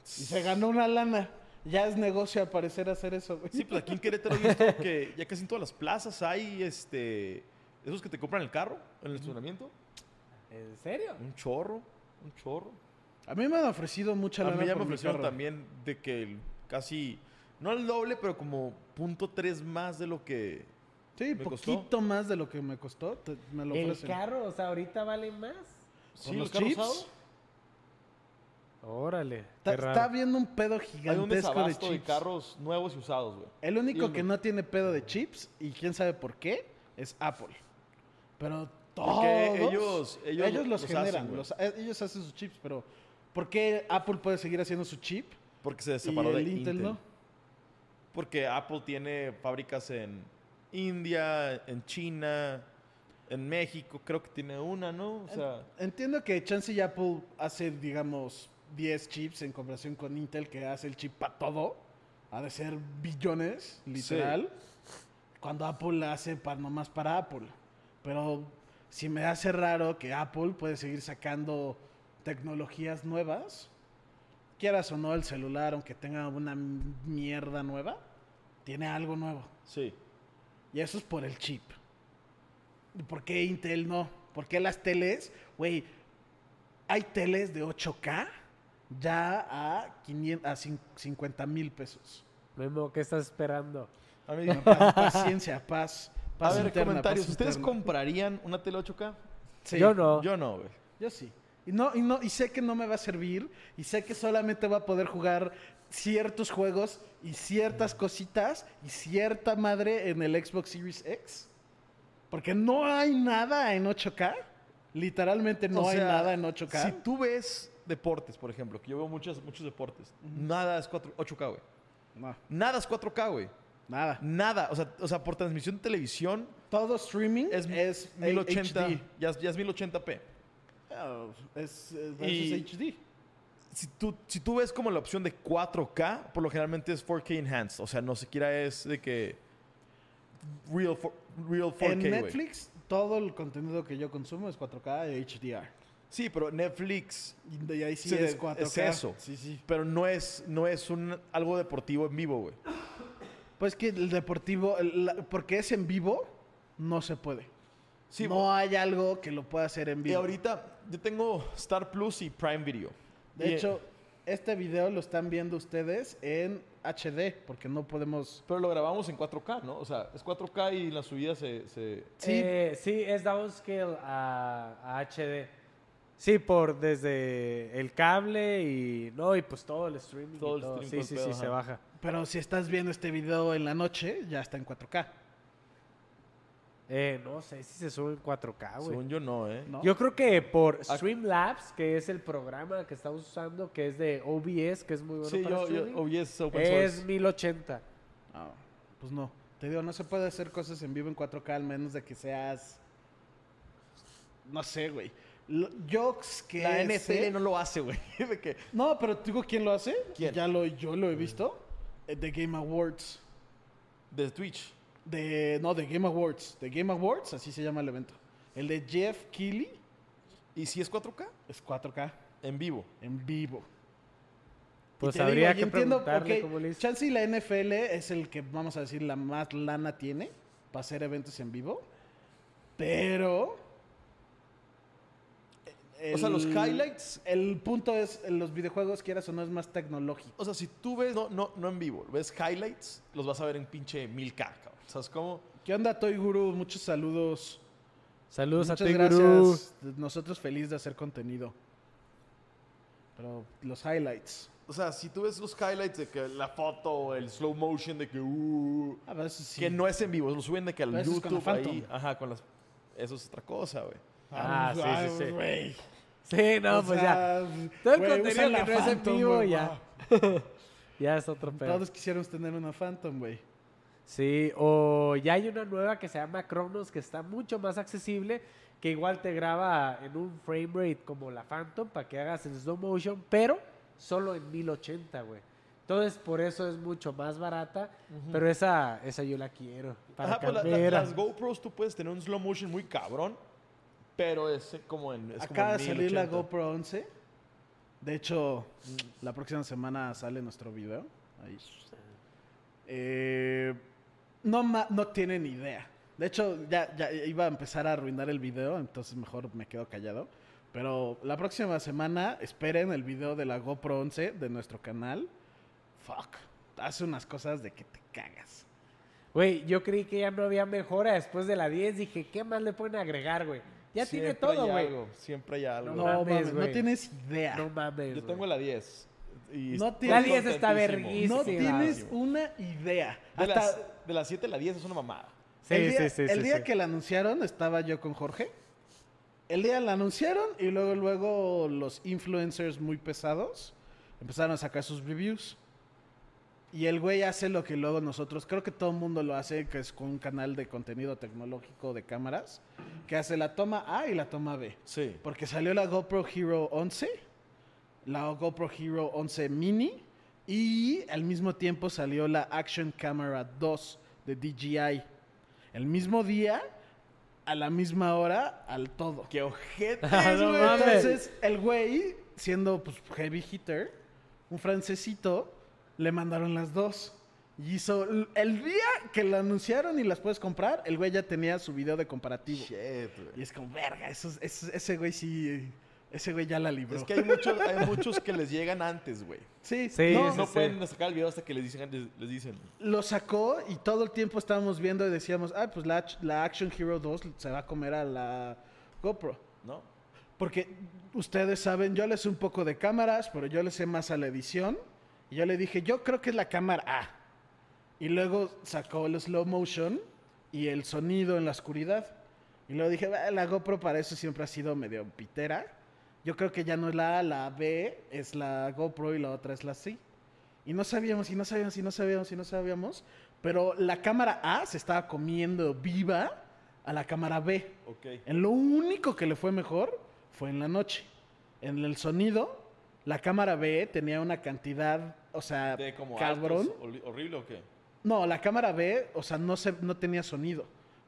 Y se ganó una lana. Ya es negocio al parecer hacer eso, güey.
Sí, pues aquí en Querétaro yo he visto que ya casi en todas las plazas hay este esos que te compran el carro en el estacionamiento.
¿En serio?
Un chorro, un chorro.
A mí me han ofrecido mucha
A
lana.
mí ya
por
me
mi
ofrecieron
carro.
también de que el- casi, no el doble, pero como punto tres más de lo que...
Sí,
me costó.
poquito más de lo que me costó. te- me lo
El
ofrecen.
carro, o sea, ahorita vale más.
Sí,
los
el carro
chips?
usado.
Órale.
Ta-
qué raro.
Está viendo un pedo
Hay un
gigantesco de
desabasto de,
chips.
carros nuevos y usados, güey.
El único que
Uno.
no tiene pedo de chips, y quién sabe por qué, es Apple. Pero todos...
Porque ellos- ellos
los,
los hacen,
generan.
güey.
los- eh, ellos hacen sus chips, pero... ¿Por qué Apple puede seguir haciendo su chip
Porque se
y
separó
el
de
Intel, no?
Porque Apple tiene fábricas en India, en China, en México, creo que tiene una, ¿no? O sea,
Entiendo que Chance y Apple hace, digamos, 10 chips en comparación con Intel, que hace el chip para todo. Ha de ser billones, literal. Cuando Apple la hace para, nomás para Apple. Pero si me hace raro que Apple puede seguir sacando tecnologías nuevas. Quieras o no, el celular, aunque tenga una mierda nueva, tiene algo nuevo.
sí.
Y eso es por el chip. ¿Y ¿Por qué Intel no? ¿Por qué las teles? Güey, hay teles de 8K ya a, 500, a cin- 50 mil pesos.
Memo, ¿qué estás esperando?
A mí-
Paz- paciencia, paz.
a
paz
ver,
interna,
comentarios.
paz
¿Ustedes
interna.
comprarían una tele 8K?
Sí,
Yo no.
Yo no, güey.
Yo sí. Y, no, y, no, y sé que no me va a servir y sé que solamente va a poder jugar ciertos juegos y ciertas cositas y cierta madre en el Xbox Series X. Porque no hay nada en 8K. Literalmente no
O
hay
sea,
nada en 8K.
Si tú ves deportes, por ejemplo, que yo veo muchos, muchos deportes, nada es 4, 8K, güey.
No,
Nada es 4K, güey.
nada.
Nada. O sea, o sea, por transmisión de televisión
Todo streaming
es,
es, es
1080.
HD.
Ya, es- ya es 1080p.
Oh, es, es-
Y-
es HD.
Si tú, si tú ves como la opción de 4K, por lo generalmente es 4K Enhanced. O sea, no siquiera es de que. Real, fo- real 4K.
en
güey.
Netflix, todo el contenido que yo consumo es 4K y HDR.
Sí, pero Netflix.
Y de ahí sí,
Sí,
es
de-
4K.
es eso.
Sí, sí.
Pero no es, no es un, algo deportivo en vivo, güey.
Pues que el deportivo, el- la- porque es en vivo, no se puede.
Sí,
no hay algo que lo pueda hacer en
Y
vivo.
ahorita yo tengo Star Plus y Prime Video.
de
Y- eh,
hecho, este video lo están viendo ustedes en HD, porque no podemos...
Pero lo grabamos en 4K, ¿no? O sea, es 4K y la subida se... se-
Sí.
Eh, sí, es downscale a, a HD. Sí, por desde el cable y no y pues todo el streaming. y
Todo el
todo.
streaming,
sí, sí,
todo el
sí,
pedo,
se
ajá.
baja.
Pero si estás viendo este video en la noche, ya está en 4K.
Eh, no sé si se sube en 4K, güey.
Según yo, no, ¿eh?
¿No?
Yo creo que por
Ah.
Streamlabs, que es el programa que estamos usando, que es de OBS, que es muy bueno
sí,
para
yo, yo,
streaming,
oh, yes, open
es
source.
1080.
Ah, pues no. Te digo, no se puede hacer cosas en vivo en 4K al menos de que seas. No sé, güey. Lo- Jokes que.
La
sé-
NFL no lo hace, güey. De que,
No, pero te digo quién lo hace.
¿Quién?
Ya lo, yo lo he visto. Eh, The Game Awards.
de Twitch.
De, no, The Game Awards. The Game Awards, así se llama el evento. El de Jeff Keighley
¿Y si es 4K?
es 4K
En vivo.
en vivo. Y
Pues
te
habría
digo, y
que preguntarle
ok,
cómo le hizo.
Chance y la NFL es el que, vamos a decir, la más lana tiene para hacer eventos en vivo. Pero. eh,
O sea, los highlights-
El punto es, en los videojuegos, quieras o no, es más tecnológico.
O sea, si tú ves, no, no, no en vivo, ves highlights, los vas a ver en pinche 1000K, cabrón. ¿Sabes cómo?
¿Qué onda, Toy Guru? Muchos saludos.
Saludos
Muchas
a ti,
gracias.
Gurú.
Nosotros feliz de hacer contenido. Pero los highlights.
O sea, si tú ves los highlights de que la foto, el slow motion de que... uh,
A veces sí.
Que no es en vivo, lo suben de que al
Pero eso es con la
YouTube ahí.
Phantom.
Ajá, con las... Eso es otra cosa, güey.
Ah, sí,
ay,
sí, sí.
güey.
Sí, no,
O
pues ya.
sea,
Todo el
güey,
contenido
usan la
que no es en
Phantom,
vivo
güey,
ya. ya es otro pedo.
Todos quisiéramos tener una Phantom, güey.
Sí, o ya hay una nueva que se llama Cronos que está mucho más accesible, que igual te graba en un frame rate como la Phantom para que hagas en slow motion, pero solo en 1080, güey. Entonces, por eso es mucho más barata, pero esa esa yo la quiero para
Ajá, pues la- la-
carrera.
las GoPros tú puedes tener un slow motion muy cabrón, pero es como en... Es como
Acaba de
en
salir la
1080.
GoPro 11. De hecho, la próxima semana sale nuestro video. Ahí. Eh, no, ma- no tienen idea. De hecho, ya, ya iba a empezar a arruinar el video, entonces mejor me quedo callado. Pero la próxima semana esperen el video de la GoPro 11 de nuestro canal. Fuck. Hace unas cosas de que te cagas.
Güey, yo creí que ya no había mejora después de la 10, dije, ¿qué más le pueden agregar, güey? Ya tiene
Siempre
todo,
hay
güey.
algo, Siempre hay algo.
No,
mames,
mames, no
güey.
tienes idea.
No mames.
Yo tengo
güey.
la 10. y
No
estoy
La
10 está
contentísimo.
verguísima.
No
Sí,
tienes
De
una idea.
las- De las 7 a la 10 es una mamada.
Sí,
el día,
sí, sí,
el
sí,
día
sí.
que la anunciaron estaba yo con Jorge. El día la anunciaron y luego luego los influencers muy pesados empezaron a sacar sus reviews. Y el güey hace lo que luego nosotros, creo que todo el mundo lo hace, que es con un canal de contenido tecnológico de cámaras, que hace la toma A y la toma B.
Sí.
Porque salió la GoPro Hero 11, la GoPro Hero 11 Mini y al mismo tiempo salió la Action Camera 2 de DJI. El mismo día, a la misma hora, al todo.
Qué ojete.
Ah, no
güey.
mames.
Entonces, el güey, siendo pues, heavy hitter, un francesito, le mandaron las dos. Y hizo. El día que la anunciaron y las puedes comprar, el güey ya tenía su video de comparativo.
Shit, güey.
Y es como, verga, esos- esos- ese güey sí. Ese güey ya la libró.
Es que hay muchos, hay muchos que les llegan antes, güey.
sí,
Sí,
no,
sí,
No
sí.
pueden sacar el video hasta que les dicen. Les, les dicen.
lo sacó y todo el tiempo estábamos viendo y decíamos, ah, pues la, Ach- la Action Hero 2 se va a comer a la GoPro.
¿No?
Porque ustedes saben, yo les sé un poco de cámaras, pero yo les sé más a la edición. Y yo le dije, yo creo que es la cámara A. Y luego sacó el slow motion y el sonido en la oscuridad. Y luego dije, "Bah, la GoPro para eso siempre ha sido medio pitera. Yo creo que ya no es la A, la B es la GoPro y la otra es la C. Y no sabíamos, y no sabíamos, y no sabíamos, y no sabíamos. Pero la cámara A se estaba comiendo viva a la cámara B.
Ok.
En lo único que le fue mejor fue en la noche. En el sonido, la cámara B tenía una cantidad, o sea,
De como
cabrón.
altos, horri- ¿Horrible o qué?
No, la cámara B, o sea, no, se, no tenía sonido.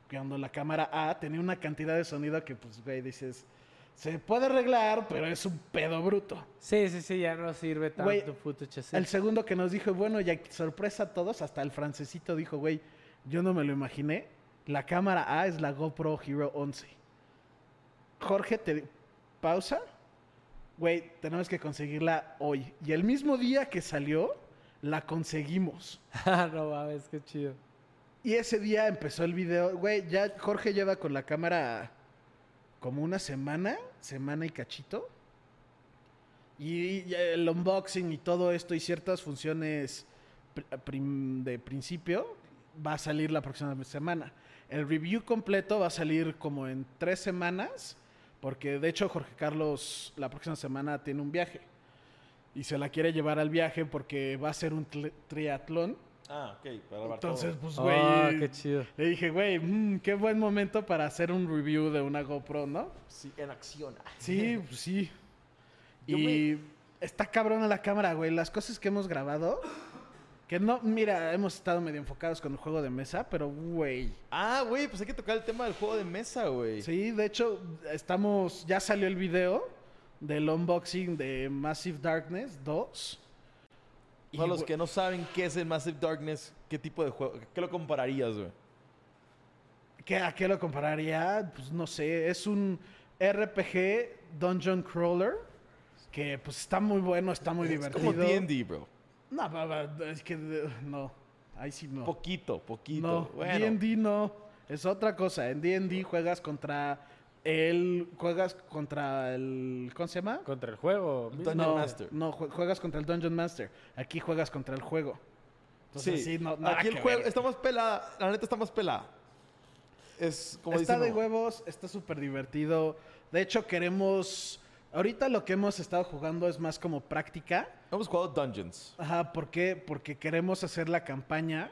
Cuando la cámara A tenía una cantidad de sonido que, pues, güey, dices, se puede arreglar, pero es un pedo bruto.
Sí, sí, sí, ya no sirve tanto
Güey,
footage así.
El segundo que nos dijo, bueno, ya sorpresa a todos, hasta el francesito dijo, güey, yo no me lo imaginé. La cámara A es la GoPro Hero 11. Jorge, te pausa. Güey, tenemos que conseguirla hoy. Y el mismo día que salió, la conseguimos.
Ah, no mames, qué chido.
Y ese día empezó el video. Güey, ya Jorge lleva con la cámara como una semana, semana y cachito. Y, y el unboxing y todo esto y ciertas funciones pr- prim- de principio va a salir la próxima semana. El review completo va a salir como en tres semanas, porque de hecho Jorge Carlos la próxima semana tiene un viaje y se la quiere llevar al viaje porque va a ser un tl- triatlón.
Ah, ok. Para abarcar
Entonces, pues, güey.
Ah, qué chido.
le dije, güey, mm, qué buen momento para hacer un review de una GoPro, ¿no?
todo. Sí, en acción.
Sí, pues sí.
Yo
y está cabrona la cámara, güey. Las cosas que hemos grabado, que no, mira, hemos estado medio enfocados con el juego de mesa, pero güey.
Ah, güey, pues hay que tocar el tema del juego de mesa, güey.
Sí, de hecho, estamos, ya salió el video del unboxing de Massive Darkness 2. Y,
Para los
güey,
que no saben qué es el Massive Darkness, ¿qué tipo de juego? ¿Qué lo compararías, güey?
¿qué- ¿A qué lo compararía? Pues no sé, es un RPG Dungeon Crawler que pues está muy bueno, está muy
Es
divertido.
como D&D, bro.
No, pa- pa- es que eh, no. Ahí sí no.
Poquito, poquito.
no,
bueno,
D&D no. Es otra cosa. En D&D juegas contra él, juegas contra el... ¿Cómo se llama?
Contra el juego. mismo.
Dungeon
no,
Master.
No, jue- juegas contra el Dungeon Master. Aquí juegas contra el juego. Entonces, sí, no, nada
Aquí el
que
juego
ver.
está más pelada. La neta está más pelada. Es como
está
dicen,
de huevos, está súper divertido. De hecho, queremos... Ahorita lo que hemos estado jugando es más como práctica.
Hemos jugado Dungeons.
Ajá, ¿por qué? Porque queremos hacer la campaña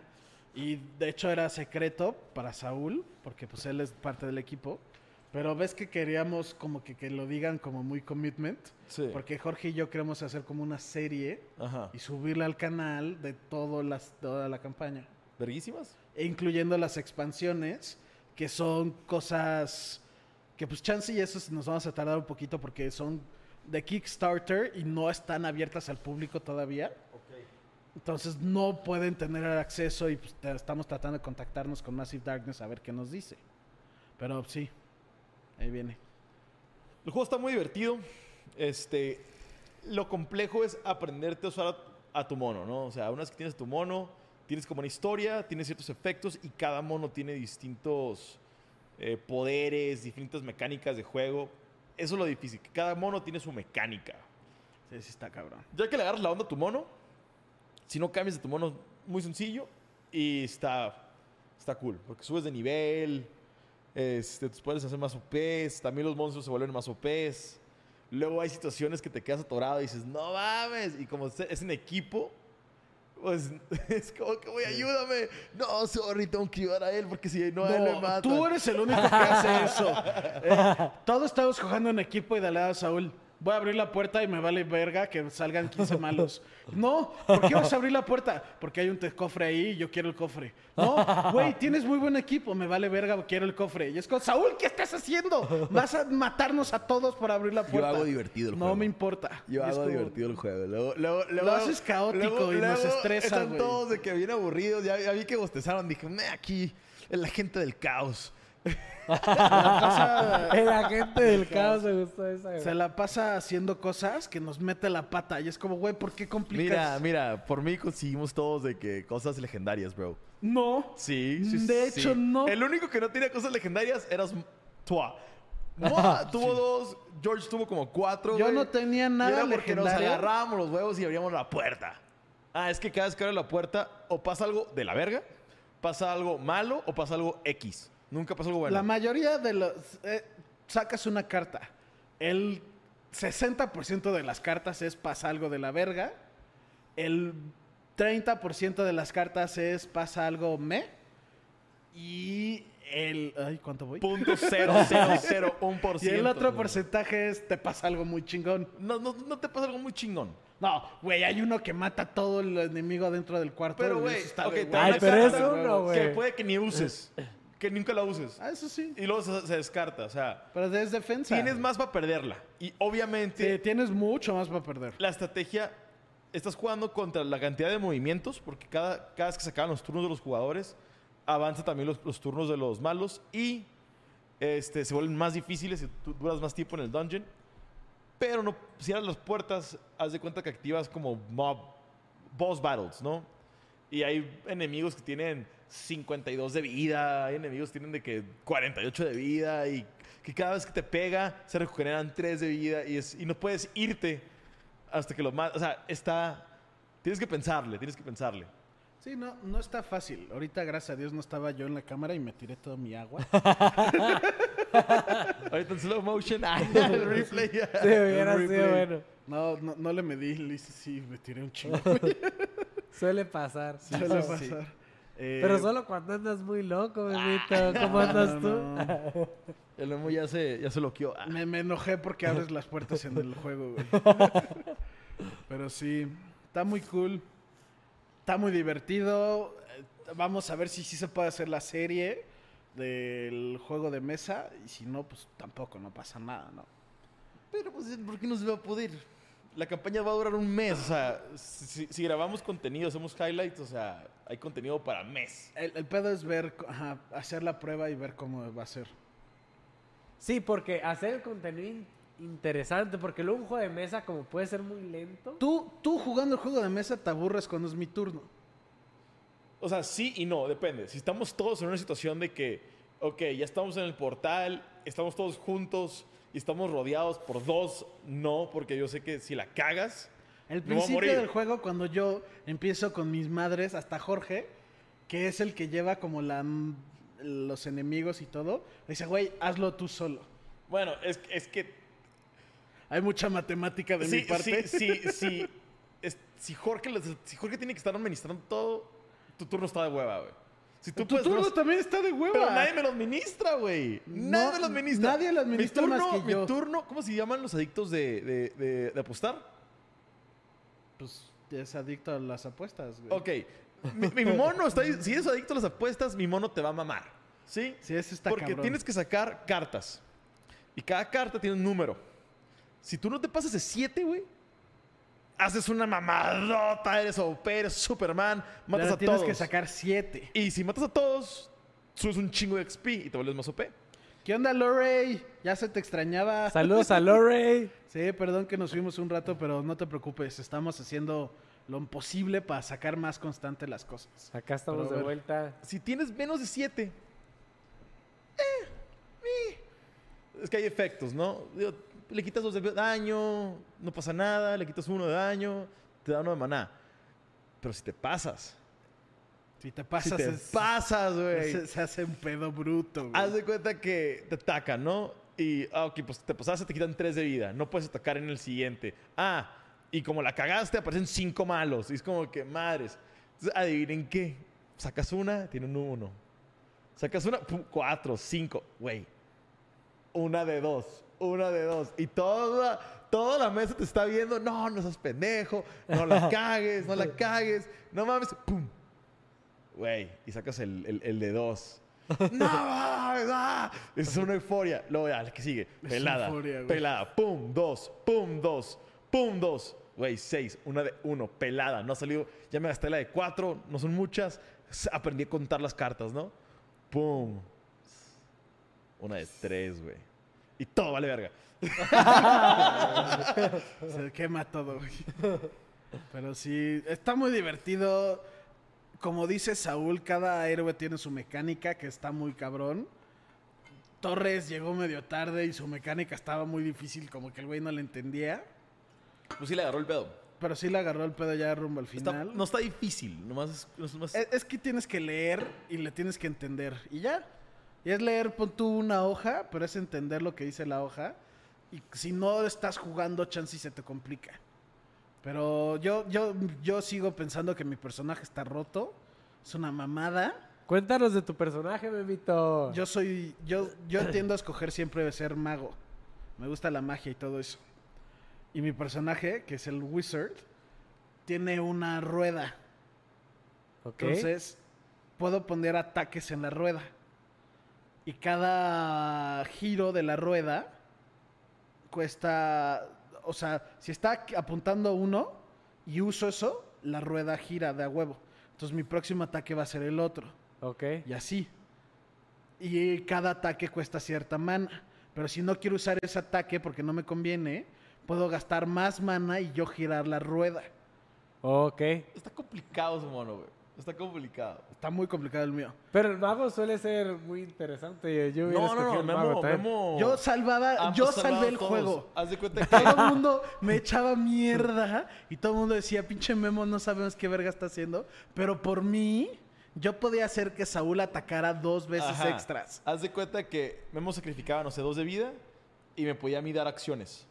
y de hecho era secreto para Saúl, porque pues él es parte del equipo. Pero ves que queríamos como que, que lo digan como muy commitment,
Sí.
porque Jorge y yo queremos hacer como una serie
Ajá.
y subirla al canal de todo las, toda la campaña,
¿Verguísimas?
e incluyendo las expansiones, que son cosas que pues chance y eso nos vamos a tardar un poquito porque son de Kickstarter y no están abiertas al público todavía. Entonces no pueden tener acceso y pues, te- estamos tratando de contactarnos con Massive Darkness a ver qué nos dice. Pero sí, ahí viene.
El juego está muy divertido. Este, lo complejo es aprenderte a usar a, a tu mono, ¿no? O sea, una vez que tienes tu mono, tienes como una historia, tienes ciertos efectos y cada mono tiene distintos eh, poderes, distintas mecánicas de juego. Eso es lo difícil, que cada mono tiene su mecánica.
Sí, sí está cabrón.
Ya que le agarras la onda a tu mono, si no cambias de tu mono, es muy sencillo y está, está cool. Porque subes de nivel, este, tus poderes se hacen más OPs, también los monstruos se vuelven más OPs. Luego hay situaciones que te quedas atorado y dices, no mames. Y como se- es en equipo, pues es como que, güey, ayúdame. No, sorry, tengo que ayudar a él porque si no, a él me mata.
tú eres el único que hace eso. Eh, todos estamos jugando en equipo y de al lado Saúl. Voy a abrir la puerta y me vale verga que salgan 15 malos. No, ¿por qué vas a abrir la puerta? Porque hay un te- cofre ahí y yo quiero el cofre. No, güey, tienes muy buen equipo, me vale verga, quiero el cofre. Y es como, Saúl, ¿qué estás haciendo? Vas a matarnos a todos por abrir la puerta.
hago divertido el
No
juego.
me importa. Y
Yo
es
hago
como-
divertido el juego. Luego, luego, luego,
Lo haces caótico y nos estresa,
Están
güey.
todos de que bien aburridos. Ya, ya vi que bostezaron. Dije, me aquí, es la gente del caos.
El agente del caos me gustó esa. güey.
Se la pasa haciendo cosas que nos mete la pata. Y es como, güey, ¿por qué
Mira,
complicas?
mira, por mí conseguimos todos de que cosas legendarias, bro.
No.
Sí, sí,
De
sí.
hecho, no.
El único que no tenía cosas legendarias eras Tua. Moa tuvo dos, George tuvo como cuatro.
Yo
güey.
no tenía
Y
nada
era porque
legendario.
nos agarrábamos los huevos y abríamos la puerta. Ah, es que cada vez que abres la puerta o pasa algo de la verga, pasa algo malo o pasa algo X. Nunca pasa algo bueno.
La mayoría de los... eh, sacas una carta. El 60% de las cartas es pasa algo de la verga. El 30% de las cartas es pasa algo me. Y el... Ay, ¿cuánto voy?
Punto cero, cero, cero, un por
Y el
ciento.
otro porcentaje es te pasa algo muy chingón.
No, no, no te pasa algo muy chingón.
No, güey, hay uno que mata a todo el enemigo dentro del cuarto.
Pero,
y
güey,
eso está
ok,
de
te
huevos.
dan
Ay,
la
pero
carta
es uno,
Que
güey.
puede que ni uses. Que nunca la uses.
Eh. Ah, eso sí.
Y luego se, se descarta. O sea,
Pero es defensa.
tienes más para perderla. Y obviamente
Sí, tienes mucho más para perder.
la estrategia, estás jugando contra la cantidad de movimientos, porque cada, cada vez que se acaban los turnos de los jugadores, avanza también los, los turnos de los malos y este, se vuelven más difíciles y tú duras más tiempo en el dungeon. Pero no cierras las puertas, haz de cuenta que activas como mob, boss battles, ¿no? Y hay enemigos que tienen 52 de vida, hay enemigos que tienen de que 48 de vida y que cada vez que te pega se regeneran 3 de vida y, es, y no puedes irte hasta que lo más, o sea, está tienes que pensarle, tienes que pensarle.
Sí, no, no está fácil. Ahorita, gracias a Dios, no estaba yo en la cámara y me tiré toda mi agua.
Ahorita en slow motion, ah, el replay.
Sí, hubiera
El
sido
replay.
bueno.
No, no, no le medí, le hice sí, me tiré un chingo.
Suele pasar.
Suele pasar. Eh,
Pero solo cuando andas muy loco, bebito. ¿Cómo
Ah, no,
andas tú?
no.
El emo ya se, ya se loqueó. Ah,
Me, me enojé porque abres las puertas en el juego, güey. Pero sí, está muy cool. Está muy divertido. Eh, Vamos a ver si sí se puede hacer la serie del juego de mesa. Y si no, pues tampoco, no pasa nada, ¿no?
Pero pues, ¿por qué no se va a poder? La campaña va a durar un mes, o sea, si, si- si grabamos contenido, hacemos highlights, o sea, hay contenido para mes.
El, el pedo es ver, co- ajá, hacer la prueba y ver cómo va a ser.
Sí, porque hacer el contenido in- interesante, porque luego un juego de mesa como puede ser muy lento.
Tú, tú jugando el juego de mesa te aburres cuando es mi turno.
O sea, sí y no, depende. Si estamos todos en una situación de que, ok, ya estamos en el portal, estamos todos juntos y estamos rodeados por dos, no, porque yo sé que si la cagas,
El
Me voy a
principio
morir.
del juego, cuando yo empiezo con mis madres, hasta Jorge, que es el que lleva como la, m- los enemigos y todo, me dice, güey, hazlo tú solo.
bueno, es, es que
Hay mucha matemática de mi
sí, sí,
parte.
sí, sí, es- si, Jorge, les- si Jorge tiene que estar administrando todo, tu turno está de hueva, güey. Si tú
tu turno
no-
también está de hueva.
Pero nadie me lo administra, güey. Nadie
No,
me lo administra.
nadie lo administra
mi
más
turno,
que yo.
Mi turno, ¿cómo se llaman los adictos de, de- de- de apostar?
Pues es adicto a las apuestas, güey.
Ok. Mi, mi mono está. ahí- Si eres adicto a las apuestas, mi mono te va a mamar. ¿Sí?
Sí, eso está
Porque
cabrón.
tienes que sacar cartas. Y cada carta tiene un número. Si tú no te pasas de 7, güey. Haces una mamadota, eres OP, eres Superman,
Pero
matas a
tienes
todos.
que sacar siete.
Y si matas a todos, subes un chingo de XP y te vuelves más OP.
¿Qué onda, Lorey? Ya se te extrañaba.
Saludos a Lorey.
Sí, perdón que nos fuimos un rato, pero no te preocupes. Estamos haciendo lo imposible para sacar más constante las cosas.
Acá
Pero
estamos
a
de
ver.
vuelta.
Si tienes menos de 7. eh. Es que hay efectos, ¿no? Digo, le quitas dos de daño, no pasa nada, le quitas uno de daño, te da uno de maná. Pero si te pasas,
Si te pasas,
si te
es-
pasas, güey.
Se, se hace un pedo bruto, güey.
Haz de cuenta que te atacan, ¿no? Y, ah, ok, pues te pasaste, te quitan tres de vida. No puedes atacar en el siguiente. Ah, y como la cagaste, aparecen cinco malos. Y es como que, madres. Entonces, adivinen qué. Sacas una, tiene un uno. Sacas una, pum, cuatro, cinco. Güey. Una de dos. Una de dos. Y toda, toda la mesa te está viendo. No, no seas pendejo. No la cagues, no la cagues. No mames. Pum. Güey, y sacas el, el- el de dos. ¡No! ¡Ah! Es una euforia. Luego ya, la que sigue.
Es
Pelada.
euforia, güey.
pelada. Pum, dos. Pum, dos. Pum, dos. Güey, seis. Una de uno. Pelada. No ha salido. Ya me gasté la de cuatro. No son muchas. S- Aprendí a contar las cartas, ¿no? Pum. Una de tres, güey. Y todo vale verga.
Se quema todo, güey. Pero sí, está muy divertido. Como dice Saúl, cada héroe tiene su mecánica que está muy cabrón. Torres llegó medio tarde y su mecánica estaba muy difícil, como que el güey no le entendía.
Pues sí le agarró el pedo.
Pero sí le agarró el pedo ya rumbo al
Está-
final. Eh.
no está difícil. Nomás es- es- nomás-
Es, es que tienes que leer y le tienes que entender. Y ya. Y es leer, pon tú una hoja, pero es entender lo que dice la hoja. Y si no estás jugando, chance y se te complica. Pero yo, yo, yo sigo pensando que mi personaje está roto. Es una mamada.
Cuéntanos de tu personaje, bebito.
Yo soy. Yo, yo tiendo a escoger siempre ser mago. Me gusta la magia y todo eso. Y mi personaje, que es el wizard, tiene una rueda.
Ok.
Entonces, puedo poner ataques en la rueda. Y cada giro de la rueda cuesta. O sea, si está apuntando uno y uso eso, la rueda gira de a huevo. Entonces, mi próximo ataque va a ser el otro.
ok.
Y así. Y cada ataque cuesta cierta mana. Pero si no quiero usar ese ataque porque no me conviene, puedo gastar más mana y yo girar la rueda.
Ok.
Está complicado ese mono, güey. Está complicado.
Está muy complicado el mío.
Pero el mago suele ser muy interesante. Yo hubiera
No, no,
escogido
no,
el mago
Memo,
también.
Memo.
Yo salvaba,
ha
yo
salvado
salvé el
a todos.
juego.
Haz de cuenta que
Todo el mundo me echaba mierda y todo el mundo decía, pinche Memo, no sabemos qué verga está haciendo. Pero por mí, yo podía hacer que Saúl atacara dos veces
Ajá.
extras.
Haz de cuenta que Memo sacrificaba, no sé, dos de vida y me podía a mí dar acciones.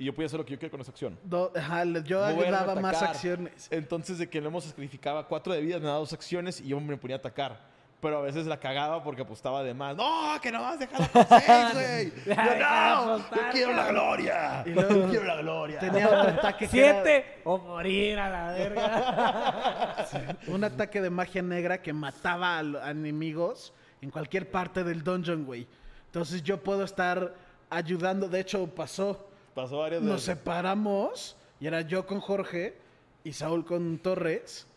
Y yo podía hacer lo que yo quiera con esa acción.
Do- ajá, le- yo
Moverme,
agregaba más
atacar.
acciones.
Entonces, de que Memo sacrificaba cuatro de vida, me daba dos acciones y yo me ponía a atacar. Pero a veces la cagaba porque apostaba de más. ¡No! ¡Que no vas a dejar con seis, güey! Yo,
Deja de
¡No! ¡Yo
apostar,
quiero la
cabrón".
gloria!
Y luego-
¡Yo quiero la gloria!
Tenía otro ataque que era
Siete o morir a la verga.
un ataque de magia negra que mataba a, lo- a enemigos en cualquier parte del dungeon, güey. Entonces yo puedo estar ayudando. De hecho, pasó.
Pasó varias
Nos
veces.
separamos y era yo con Jorge y Saúl con Torres.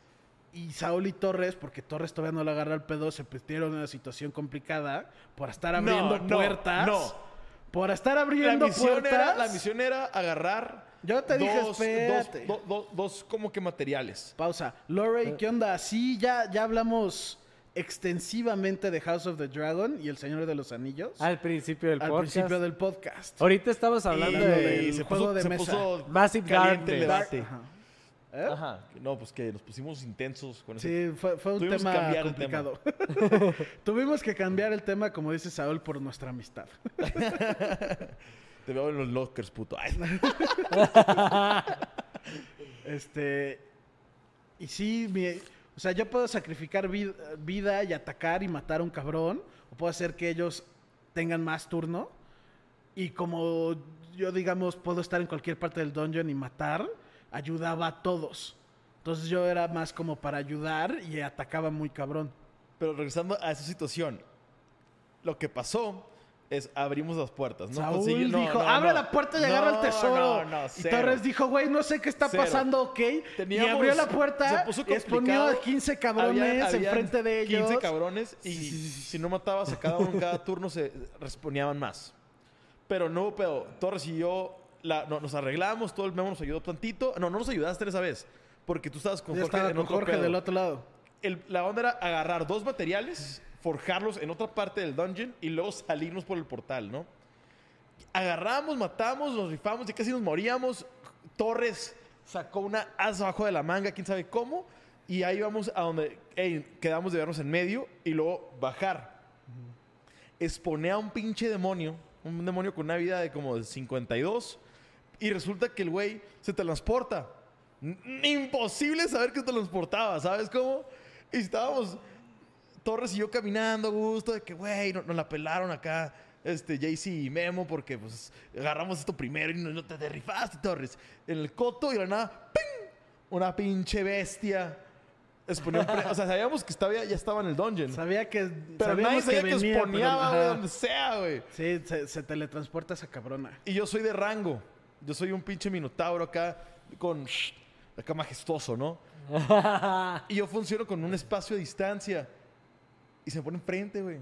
Y Saúl y Torres, porque Torres todavía no le agarra el pedo, se metieron en una situación complicada por estar abriendo
no,
puertas.
no.
Por estar
La
abriendo
misión,
puertas.
era, la misión era agarrar
Yo te dije,
dos,
espérate.
dos- do- do- dos como que materiales.
Pausa. Lorey, ¿qué onda? Sí, ya, ya hablamos extensivamente de House of the Dragon y El Señor de los Anillos al,
Al principio del Ah, podcast.
principio del podcast.
Ahorita estamos hablando
Y-
de
del juego de mesa.
Massive
caliente el
Darkness.
debate.
Ajá. ¿Eh?
Ajá. No, pues que nos pusimos intensos con ese.
Sí, fue, fue un
Tuvimos que
tema
cambiar el tema.
complicado. Tuvimos que cambiar el tema, como dice Saúl, por nuestra amistad.
Te veo en los lockers, puto. Ay.
Este. Y sí, mi- o sea, yo puedo sacrificar vid- vida y atacar y matar a un cabrón. O puedo hacer que ellos tengan más turno. Y como yo, digamos, puedo estar en cualquier parte del dungeon y matar, ayudaba a todos. Entonces yo era más como para ayudar y atacaba muy cabrón.
Pero regresando a esa situación, lo que pasó es abrimos las puertas. No
Saúl
Consegui- no,
dijo,
no,
abre
no.
la puerta y
No,
agarra el tesoro.
No, no,
y
cero.
Torres dijo, güey, no sé qué está
Cero.
pasando, ok. y
Teníamos-
abrió la puerta,
se puso
y exponió a
complicado.
15 cabrones
Habían- habían
enfrente de ellos.
15 cabrones y
Sí, sí, sí, sí.
si no matabas a cada uno en cada turno se responían más. Pero no, pero Torres y yo la- no, nos arreglamos, todo el memo nos ayudó tantito. No, no nos ayudaste en esa vez porque tú estabas con
Yo
Jorge
estaba
en
con
otro
Jorge
pedo.
del otro lado.
El- la onda era agarrar dos materiales, forjarlos en otra parte del dungeon y luego salirnos por el portal, ¿no? Agarramos, matamos, nos rifamos, ya casi nos moríamos. Torres sacó una as abajo de la manga, quién sabe cómo. Y ahí vamos a donde ey, quedamos de vernos en medio y luego bajar. Expone a un pinche demonio, un demonio con una vida de como de 52. Y resulta que el güey se transporta. N- Imposible saber que se transportaba, ¿sabes cómo? Y estábamos Torres y yo caminando a gusto, de que, güey, no- nos, la pelaron acá, este, JC y Memo, porque pues agarramos esto primero y no, no te derrifaste, Torres. En el coto y de la nada, ¡ping! Una pinche bestia. Exponía un pre- o sea, sabíamos que estaba, ya estaba en el dungeon.
Sabía que.
pero
sabíamos
nadie sabía que,
que venía, pero-
exponeaba,
ajá.
güey, donde sea, güey.
Sí, se, se teletransporta esa cabrona.
Y yo soy de rango. Yo soy un pinche minotauro acá con... Acá majestuoso, ¿no? y yo funciono con un espacio a distancia. Y se me pone enfrente, güey.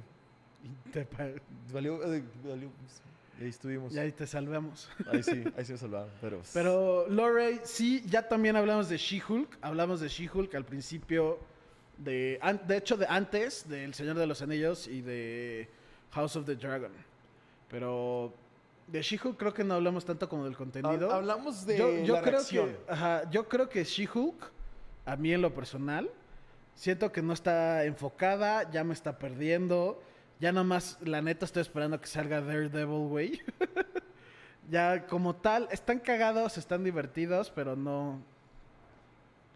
Y, te pa-
Valió, eh, valió. Y ahí estuvimos.
y ahí te salvamos.
Ahí sí, ahí sí me salvaron. Pero,
Pero, Lorey, sí, ya también hablamos de She-Hulk. Hablamos de She-Hulk al principio de... an- De hecho, de antes de El Señor de los Anillos y de House of the Dragon. Pero de She-Hulk creo que no hablamos tanto como del contenido.
Ha- hablamos de
yo, yo
la
creo
reacción.
que ajá, Yo creo que She-Hulk, a mí en lo personal, siento que no está enfocada, ya me está perdiendo. Ya nomás, la neta, estoy esperando que salga Daredevil, güey. ya como tal, están cagados, están divertidos, pero no...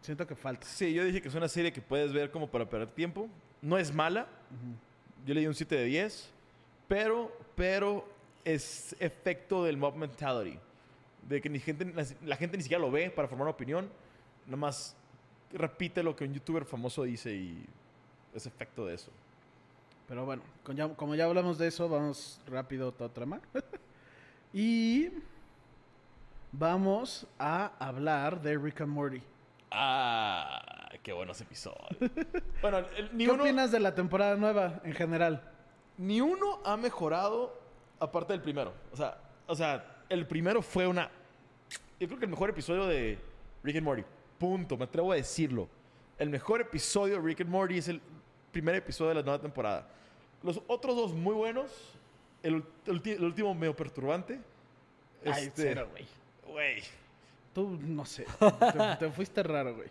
Siento que falta.
Sí, yo dije que es una serie que puedes ver como para perder tiempo. No es mala. Yo le di un 7 de 10. Pero, pero es efecto del mob mentality. De que ni gente, la, la gente ni siquiera lo ve para formar una opinión. Nomás repite lo que un youtuber famoso dice y es efecto de eso.
Pero bueno, con ya- como ya hablamos de eso, vamos rápido a otra trama. y vamos a hablar de Rick and Morty.
Ah, qué buenos episodios. bueno, el- ni
¿Qué
uno,
opinas de la temporada nueva en general?
ni uno ha mejorado aparte del primero. O sea, o sea, el primero fue una. Yo creo que el mejor episodio de Rick and Morty. Punto. Me atrevo a decirlo. El mejor episodio de Rick and Morty es el primer episodio de la nueva temporada. Los otros dos muy buenos. El, ult- ulti- el último medio perturbante.
Ay,
Este,
cero, güey.
Güey.
Tú, no sé. Te, te fuiste raro, güey.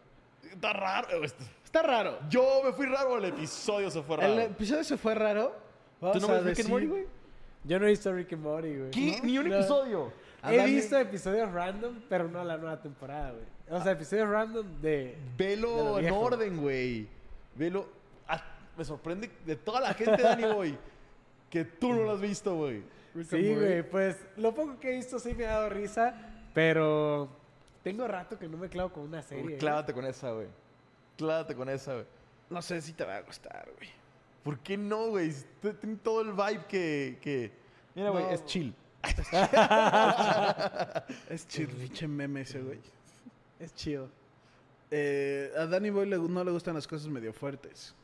Está raro. güey.
Está raro.
Yo me fui raro el episodio, se fue raro.
El episodio se fue raro. Vamos
¿Tú no
a
ves Rick and Morty,
decir-
güey?
Yo no he visto Rick and Morty, güey.
¿Qué?
No,
Ni un
no.
episodio.
A
He
Dani-
visto episodios random, pero no la nueva temporada, güey. O
Ah.
sea, episodios random de... De
Velo
lo
en
viejo.
orden, güey. Velo. Ah, me sorprende de toda la gente, Dani, güey. Que tú no lo has visto, güey.
Rick and
Sí,
Morty.
güey, pues lo poco que he visto sí me ha dado risa, pero tengo rato que no me clavo con una serie.
Uy,
¿eh?
Clávate con esa, güey. Clávate con esa, güey.
No sé si te va a gustar, güey.
¿Por qué no, güey? Si t- Tiene todo el vibe que. que... Mira, güey,
No.
es chill.
Es chirriche meme ese, güey.
Es chido.
Eh, a Danny Boy le- no le gustan las cosas medio fuertes.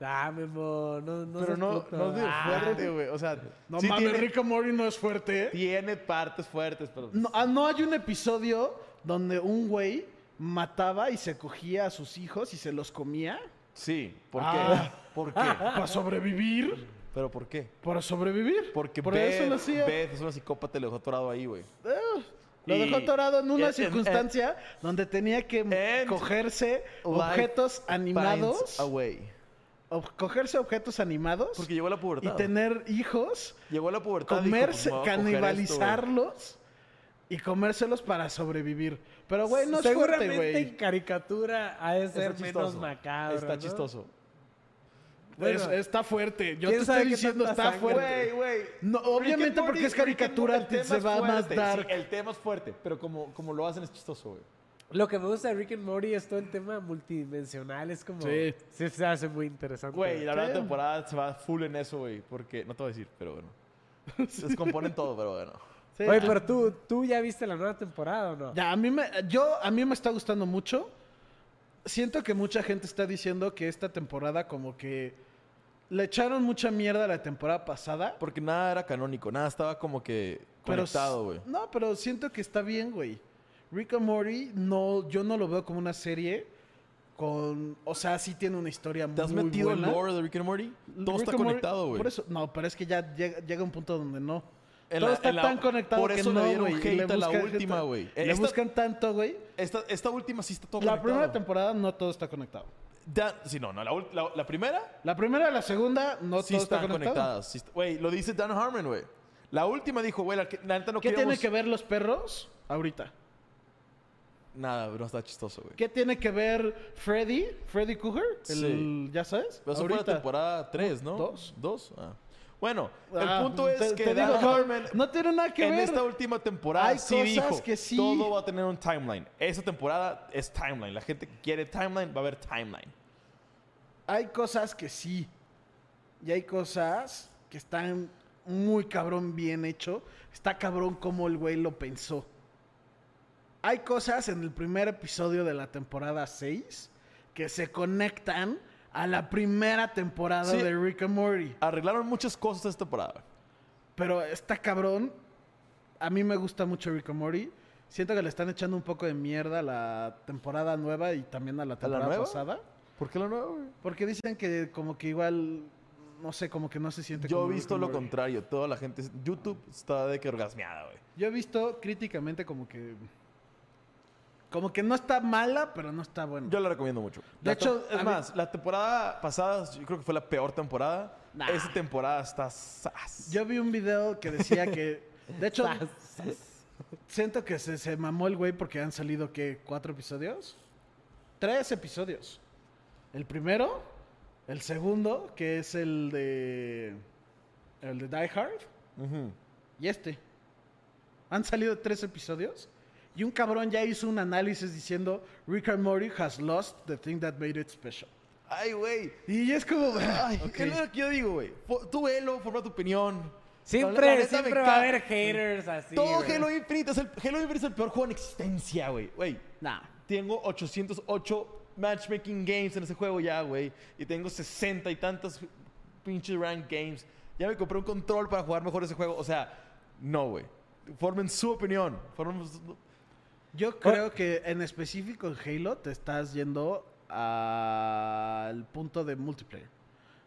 Ah, Memo, no, no
Pero
seas
no,
puto.
no es de
Ah,
fuerte, güey. O sea,
No
sí
mames,
tiene,
Rick and Morty no es fuerte. ¿eh?
tiene partes fuertes, pero.
No, ah, no hay un episodio donde un güey mataba y se cogía a sus hijos y se los comía
Sí, ¿por
Ah.
qué? ¿Por qué?
para sobrevivir.
¿Pero por qué?
Para sobrevivir.
Porque
Por
Beth,
eso lo hacía.
Beth es una psicópata y lo dejó atorado ahí, güey.
Ah, Lo
Y- eh,
dejó atorado en una
en- en-
circunstancia donde tenía que
And-
cogerse
Life
objetos animados.
Finds a way.
ob- cogerse objetos animados.
Porque llegó a la
y
pubertad.
tener hijos,
Llegó a la pubertad. dijo,
comerse,
"Pues me voy a coger
canibalizarlos y comérselos para sobrevivir. Pero, güey, no es fuerte,
Seguramente en
güey.
caricatura ha de
esto, güey".
ser
Está
menos
chistoso.
macabro,
Está
¿no?
chistoso.
Bueno.
Es- está fuerte. Yo te
¿Quién sabe
estoy
qué
diciendo,
tanta
está
sangre?
fuerte.
güey.
No,
Rick and
obviamente
Morty-
porque es
Rick and Morty,
caricatura,
el tema
se
es
va más
fuerte. Sí,
dark.
el tema es fuerte, pero como, como lo hacen es chistoso, güey.
Lo que me gusta de Rick and Morty es todo el tema multidimensional, es como...
Sí.
Sí, se hace muy interesante.
Güey, la
Sí.
verdad temporada se va full en eso, güey. Porque, no te voy a decir, pero bueno. Se descomponen todo, pero bueno.
Sí.
Oye, pero tú, ¿tú ya viste la nueva temporada o no?
Ya, a mí me, yo, a mí me está gustando mucho. Siento que mucha gente está diciendo que esta temporada como que le echaron mucha mierda a la temporada pasada.
Porque nada era canónico, nada estaba como que
Pero
conectado,
s-
güey.
No, pero siento que está bien, güey. Rick and Morty, no, yo no lo veo como una serie con... O sea, sí tiene una historia muy
¿Te has metido
buena.
el lore de Rick and Morty? Todo
Rick
está
and Morty-
conectado, güey.
Por eso... No, pero es que ya llega, llega un punto donde no.
En
Todo
la-
está
en la-
tan conectado
por
que
eso le
no,
dieron
güey. y
hate a la
buscan
última,
gente-
güey.
Le
Esta-
buscan tanto, güey.
Esta, esta última sí está todo
La
conectado.
primera temporada no todo está conectado.
Da- sí, no, no. La, ul- la- la primera
La primera y la segunda no
sí
todo
están
está conectado.
conectadas. sí está- Güey, lo dice Dan Harmon, güey. La última dijo, güey, la, que- la neta no
¿Qué
queríamos...
tiene que ver los perros ahorita?
Nada, bro, está chistoso, güey.
¿Qué tiene que ver Freddy? Freddy Cougar, el,
Sí.
ya sabes,
Pero Eso fue la temporada 3, ¿no?
¿Dos?
¿Dos? Ah. Bueno,
Ah,
el punto es
te-
que
te
Dan
digo, no,
Harmon
no tiene nada que
en
ver.
esta última temporada
Hay
sí
cosas
dijo,
que sí.
todo va a tener un timeline. Esa temporada es timeline. La gente que quiere timeline va a ver timeline.
Hay cosas que sí. Y hay cosas que están muy cabrón bien hecho. Está cabrón como el güey lo pensó. Hay cosas en el primer episodio de la temporada 6 que se conectan a la primera temporada
Sí.
de Rick and Morty.
Arreglaron muchas cosas esta temporada.
Pero está cabrón. A mí me gusta mucho Rick and Morty. Siento que le están echando un poco de mierda a la temporada nueva y también a la temporada
nueva?
pasada.
¿Por qué lo nuevo, güey?
Porque dicen que como que igual, no sé, como que no se siente
Yo
como
he
Rick
visto
and
lo
Morty.
contrario. Toda la gente. YouTube está de que orgasmeada, güey.
Yo he visto críticamente como que... Como que no está mala, pero no está buena.
Yo la recomiendo mucho.
De
La
hecho,
tem-
a
es
mí-
más, la temporada pasada, yo creo que fue la peor temporada.
Nah.
Esta temporada está. sas.
Yo vi un video que decía que... De hecho, siento que se, se mamó el güey porque han salido, ¿qué? ¿Cuatro episodios? Tres episodios. El primero, el segundo, que es el de... El de Die Hard.
Ujú.
Y este. Han salido tres episodios. Y un cabrón ya hizo un análisis diciendo Rick and Morty has lost the thing that made it special.
Ay, güey.
Y es como...
Ay,
Ay,
es lo que yo digo, güey. Fo- Tú velo, forma tu opinión. La
Siempre,
neta, me
siempre va a
encanta.
haber haters así.
Todo
güey.
Halo Infinite es el, Halo Infinite es el peor juego en existencia, güey. Güey,
Nah.
tengo 808 matchmaking games en ese juego ya, güey. Y tengo 60 y tantas pinches rank games. Ya me compré un control para jugar mejor ese juego. O sea, no, güey. Formen su opinión. Formen su-
Yo creo que en específico en Halo te estás yendo al punto de multiplayer.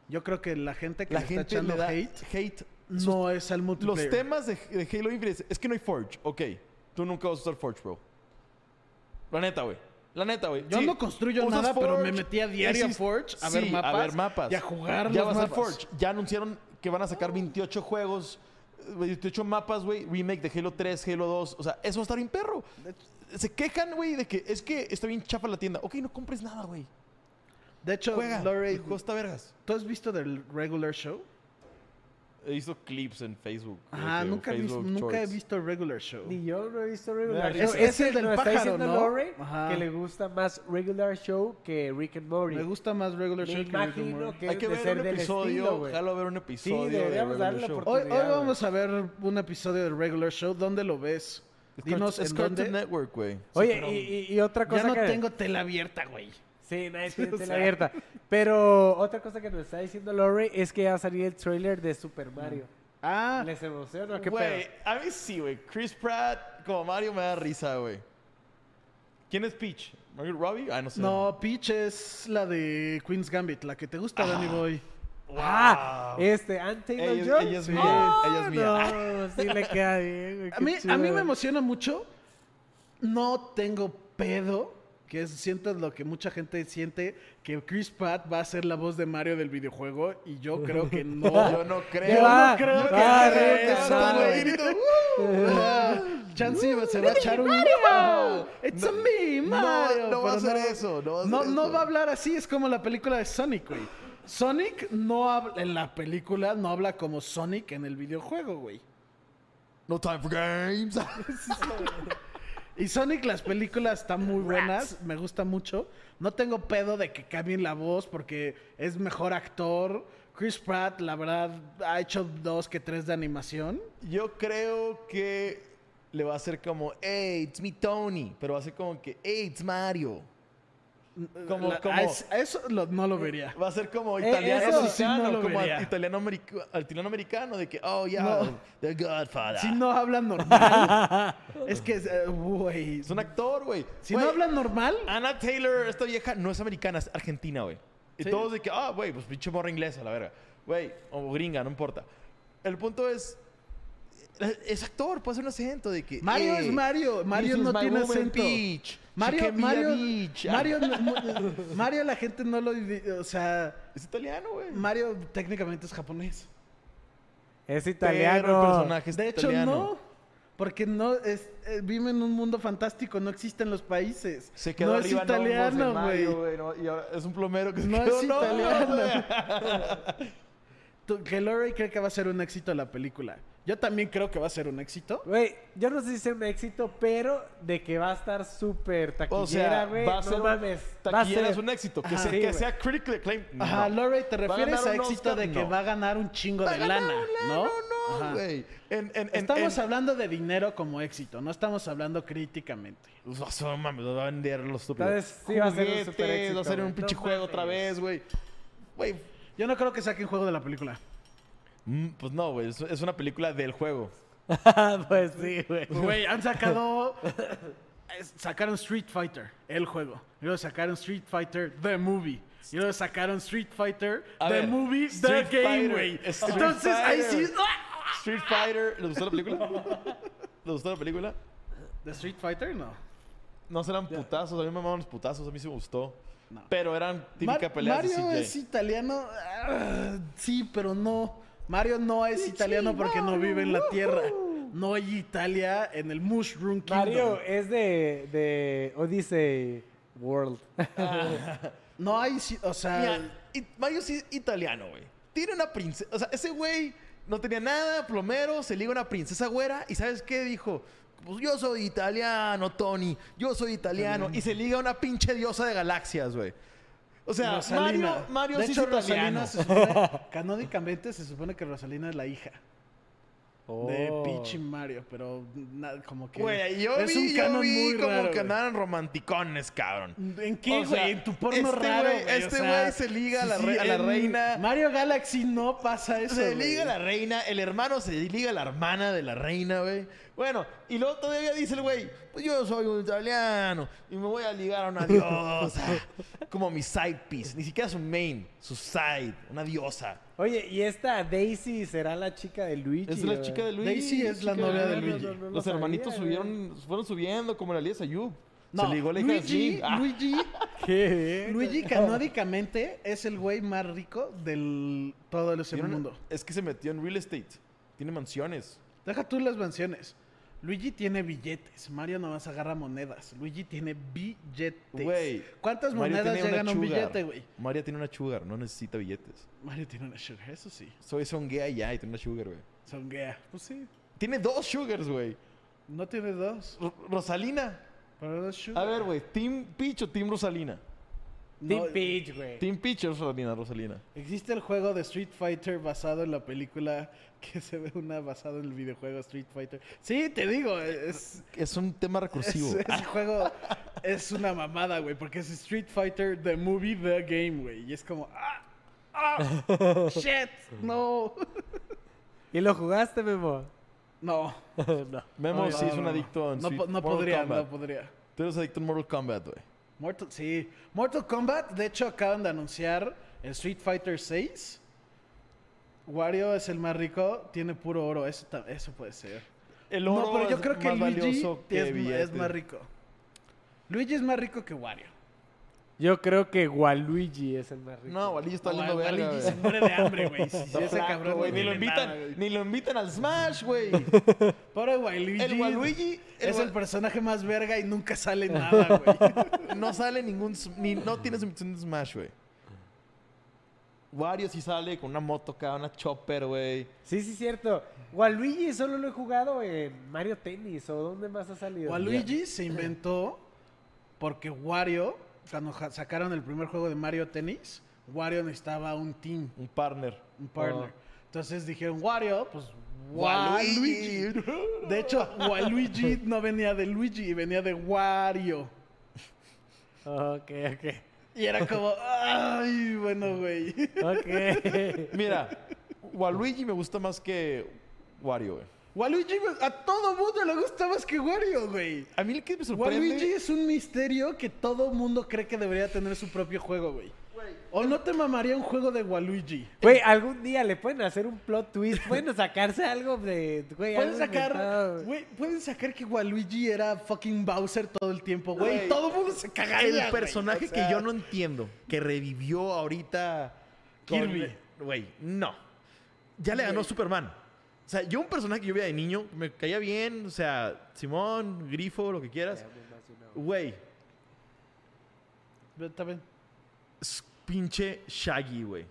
Yo creo que la gente que
La
le
gente
está echando
le da
hate
hate. Sus-
no es al multiplayer.
Los temas de, de Halo Infinite es que no hay Forge. Ok, tú nunca vas a usar Forge, bro. La neta, güey. La neta, güey.
Yo no construyo
usas
nada, pero me metí a diario a
exist-
Forge a ver
sí,
mapas
a ver mapas.
y a jugar
Ya
los
va a ser
mapas.
Forge. Ya anunciaron que van a sacar 28 juegos, 28 mapas, güey. Remake de Halo 3, Halo 2. O sea, eso va a estar bien perro. Se quejan, güey, de que es que está bien chafa la tienda. Ok, no compres nada, güey.
De hecho,
Juega.
Lore,
el juego está vergas.
¿tú has visto del regular show?
He visto clips en Facebook.
Ajá, nunca, he visto- nunca he visto el regular show.
Ni yo lo he visto regular.
Es-
show.
es el del
nos está
pájaro,
diciendo
¿no?
Lore
Ajá.
que le gusta más regular show que Rick and Morty.
Me gusta más regular
Me
show que Rick and
imagino
Morty.
que-
Hay que
de
ver
ser
un
del estilo,
episodio.
güey.
Jalo ver un episodio. de
deberíamos
Regular
darle la
Show.
oportunidad.
Hoy, hoy
oportunidad,
vamos a ver un episodio del regular show. ¿Dónde lo ves?
Es Cart-
Dinos
es
en
Cartoon
dónde.
Network, güey.
Oye,
pero-
y, y- y otra cosa
Ya no
que...
tengo tela abierta, güey.
Sí, nadie tiene
O
tela
sea.
abierta. Pero otra cosa que nos está diciendo Lore es que ya va a salir el trailer de Super Mario.
Ah,
¿Les emociona? ¿Qué
Güey,
pedo?
a mí sí, güey. Chris Pratt como Mario me da risa, güey. ¿Quién es Peach? ¿Margaret Robbie? Ah, no sé.
no, Peach es la de Queen's Gambit, la que te gusta, Danny Boy.
Ah, este, Ann Taylor
Ella,
Joy.
ella es
Sí.
mía.
Ah,
ella es mía.
No, sí le queda bien. güey,
A
qué
mí, a
chido.
mí me emociona mucho. No tengo pedo, que es, siento lo que mucha gente siente, que Chris Pratt va a ser la voz de Mario del videojuego y yo creo que no.
Yo no creo.
va,
no creo
va,
que
va,
sea
creo Ah, que
eso,
no,
güey.
güey.
Grito,
Ah, Chance se va a echar un Mario. It's a me,
no,
Mario.
no va a
Pero
hacer eso, no va a hacer
no, no
eso.
va a hablar así. Es como la película de Sonic, güey. Sonic no habla en la película, no habla como Sonic en el videojuego, güey.
No time for games.
Y Sonic, las películas están muy buenas, me gusta mucho. No tengo pedo de que cambien la voz porque es mejor actor. Chris Pratt, la verdad, ha hecho dos que tres de animación.
Yo creo que le va a hacer como, hey, it's me Tony. Pero va a ser como que, hey, it's Mario. Como,
La-
como,
ah,
a es- a eso lo- no lo vería.
Va a ser como
Eh,
italiano
eso sí
americano,
no lo
como
vería.
a- italiano, americ- italiano americano, de que, oh, yeah,
No.
the Godfather.
Si no hablan normal. es que, eh, güey.
Es un actor, güey.
si
Güey, Ah,
no hablan normal,
Anna Taylor, esta vieja, no es americana, es argentina, güey. Y
Sí.
todos de que, ah, güey, pues pinche morra inglesa, la verga. Güey, o gringa, no importa. El punto es. Es actor, puede hacer un acento de que.
Mario
"Eh,
es Mario. Mario
this is
no
my
tiene
woman,
acento.
Peach. She
Mario,
can be a
Mario,
bitch". Ah,
Mario, no- no- Mario, la gente no lo, o sea,
Ah, Es italiano, güey.
Mario técnicamente es japonés.
Es
Pero el
italiano.
personaje es
De hecho,
italiano.
no. Porque no es, eh, vive en un mundo fantástico, no existen los países.
Se quedó
no es
arriba en hongos el
italiano,
Mario,
güey.
no, y ahora es un plomero que se
No
quedó
es
en hongos, güey.
italiano. Tú- que Lorey cree que va a ser un éxito la película. Yo también creo que va a ser un éxito.
Güey, yo no sé si sea un éxito, pero de que va a estar súper
O
taquillera,
sea,
güey.
va a
no
ser un-
mames. Va a
Taquillera
ser.
es un éxito. Que,
Ajá.
sea,
Sí,
que
güey.
sea critically acclaimed. no.
Ajá, Lorey, ¿te
¿Va a
refieres
ganar
a
un
éxito
Oscar?
de que
No.
va a ganar un chingo
Va a
de
ganar
lana?
un
¿No?
lano, No,
Ajá.
güey. En- en- en-
Estamos
en-
hablando de dinero como éxito, no estamos hablando críticamente.
O sea, pues, No mames, va a vender los estúpido.
Entonces, sí va a ser un
Juguetes,
superéxito,
Va a ser
güey.
un pinche
No
juego
mames.
otra vez, güey. Güey,
Yo no creo que saquen juego de la película.
mm, pues no, güey. Es, es una película del juego.
pues sí, güey.
Güey, han sacado. es- sacaron Street Fighter, el juego. Y luego sacaron Street Fighter, The Movie. Y luego sacaron Street Fighter,
A
The
ver,
Movie, The
Street
Game,
Fighter,
güey.
Street
Entonces ahí sí.
Fighter. Street Fighter. ¿Les gustó la película? ¿Les gustó la película?
¿De Street Fighter? No.
No serán putazos. A mí me amaban los putazos. A mí sí me gustó.
No.
Pero eran típica
Mar-
pelea de
Mario
CJ.
es italiano. ah, sí, pero no. Mario no es italiano porque no vive en la tierra.
uh-huh.
No hay Italia en el Mushroom Kingdom.
eh,
Mario es de, de Odyssey World.
No hay, ci- o sea,
Mira, it- Mario sí es italiano, güey. Tiene una princesa. O sea, ese güey no tenía nada, plomero, se liga una princesa güera. ¿Y sabes qué dijo? Pues yo soy italiano, Tony. Yo soy italiano. Y se liga una pinche diosa de galaxias, güey. O sea,
Rosalina.
Mario, Mario
de
sí
hecho,
es italiano.
Rosalina se supone- canónicamente se supone que Rosalina es la hija. de
Oh.
Peach y Mario, pero na- como que.
Güey, yo vi, yo
canon
vi como
raro,
que
güey.
andaban romanticones, cabrón.
¿En qué, güey?
O sea,
en tu porno
este
raro.
güey-
güey, o
este
sea,
güey se liga a la
sí,
re- a la
en
reina.
Mario Galaxy no pasa eso.
Se
güey.
liga la reina, el hermano se liga a la hermana de la reina, güey. Bueno, y luego todavía dice el güey, pues yo soy un italiano y me voy a ligar a una diosa. Como mi side piece, ni siquiera su main, su side, una diosa.
Oye, ¿y esta Daisy será la chica de Luigi?
Es la
güey?
chica de Luigi.
Daisy es la
chica
novia de
Luigi.
Luigi.
No, no, no
Los
sabía,
hermanitos
güey.
subieron, fueron subiendo como la Elías Ayub.
No,
se ligó la hija de
Luigi,
Slim. Ah,
Luigi,
¿Qué?
Luigi canónicamente es el güey más rico del todo el
tiene una-
mundo.
Es que se metió en real estate. Tiene mansiones.
Deja tú las mansiones. Luigi tiene billetes. Mario nomás agarra monedas. Luigi tiene billetes.
Güey,
¿Cuántas
Mario
monedas
tiene una
llegan a un
sugar.
billete, güey?
Mario tiene una sugar, no necesita billetes.
Mario tiene una sugar, eso sí.
Soy songuea y ya, y tiene una sugar, güey.
Songuea. Pues sí.
Tiene dos sugars, güey.
No tiene dos.
Ro- Rosalina.
Pero dos
A
sugar.
ver, güey, ¿Team Peach o Team Rosalina?
No,
Team Peach, güey.
Team Peach o Rosalina, Rosalina.
Existe el juego de Street Fighter basado en la película que se ve una basado en el videojuego Street Fighter. Sí, te digo, es,
Es un tema
es,
recursivo.
ese juego es una mamada, güey, porque es Street Fighter the movie the game, güey, y es como ah, ah, shit, no,
¿Y lo jugaste, Memo?
no,
no.
Memo
No,
sí
no,
es un
no.
adicto en
no,
Street-
po- no
Mortal
podría,
Kombat.
no podría.
Tú eres adicto en Mortal Kombat, güey.
Mortal, sí, Mortal Kombat, de hecho acaban de anunciar el Street Fighter 6. Wario es el más rico, tiene puro oro, eso, ta- eso puede ser.
El
No, pero yo
es
creo que este.
más
Luigi
valioso que
es, ma- es
billete.
más rico. Luigi es más rico que Wario.
Yo creo que Waluigi es el más rico.
No, Waluigi está
No,
oliendo
Waluigi
verga,
se
güey.
muere de hambre, güey. Si, si
Está
ese
flaco,
cabrón
güey.
no
Ni lo
tiene
invitan,
nada, güey.
ni lo invitan al Smash, güey.
Pobre Waluigi.
El Waluigi el
es
Wa-
el personaje más verga y nunca sale nada, güey.
no sale ningún. s- Ni, no tiene submisión de Smash, güey. Wario sí sale con una moto acá, una chopper, güey.
Sí, sí, cierto. Waluigi solo lo he jugado en Mario Tennis o ¿dónde más ha salido?
Waluigi se inventó porque Wario, cuando ja- sacaron el primer juego de Mario Tennis, Wario necesitaba un team,
Un partner.
un partner.
Ah.
Entonces dijeron, Wario, pues Waluigi.
Waluigi.
De hecho, Waluigi no venía de Luigi, venía de Wario.
Ok, ok.
Y era como, ay, bueno, güey.
Ok.
Mira, Waluigi me gusta más que Wario, güey.
Waluigi, güey, a todo mundo le gusta más que Wario, güey.
A mí el que me sorprende.
Waluigi es un misterio que todo mundo cree que debería tener su propio juego, güey. O no te mamaría un juego de Waluigi.
Güey, algún día le pueden hacer un plot twist. Pueden sacarse algo de. Güey,
Pueden
algo
sacar,
inventado.
güey, pueden sacar que Waluigi era fucking Bowser todo el tiempo, güey.
Güey,
Todo el mundo se cagaría,
el
güey.
personaje
O sea,
que yo no entiendo, que revivió ahorita con-
Kirby.
Güey, no. Ya le ganó Superman. O sea, yo un personaje que yo veía de niño, me caía bien, o sea, Simón, Grifo, lo que quieras. Güey,
Está bien.
es pinche Shaggy, güey.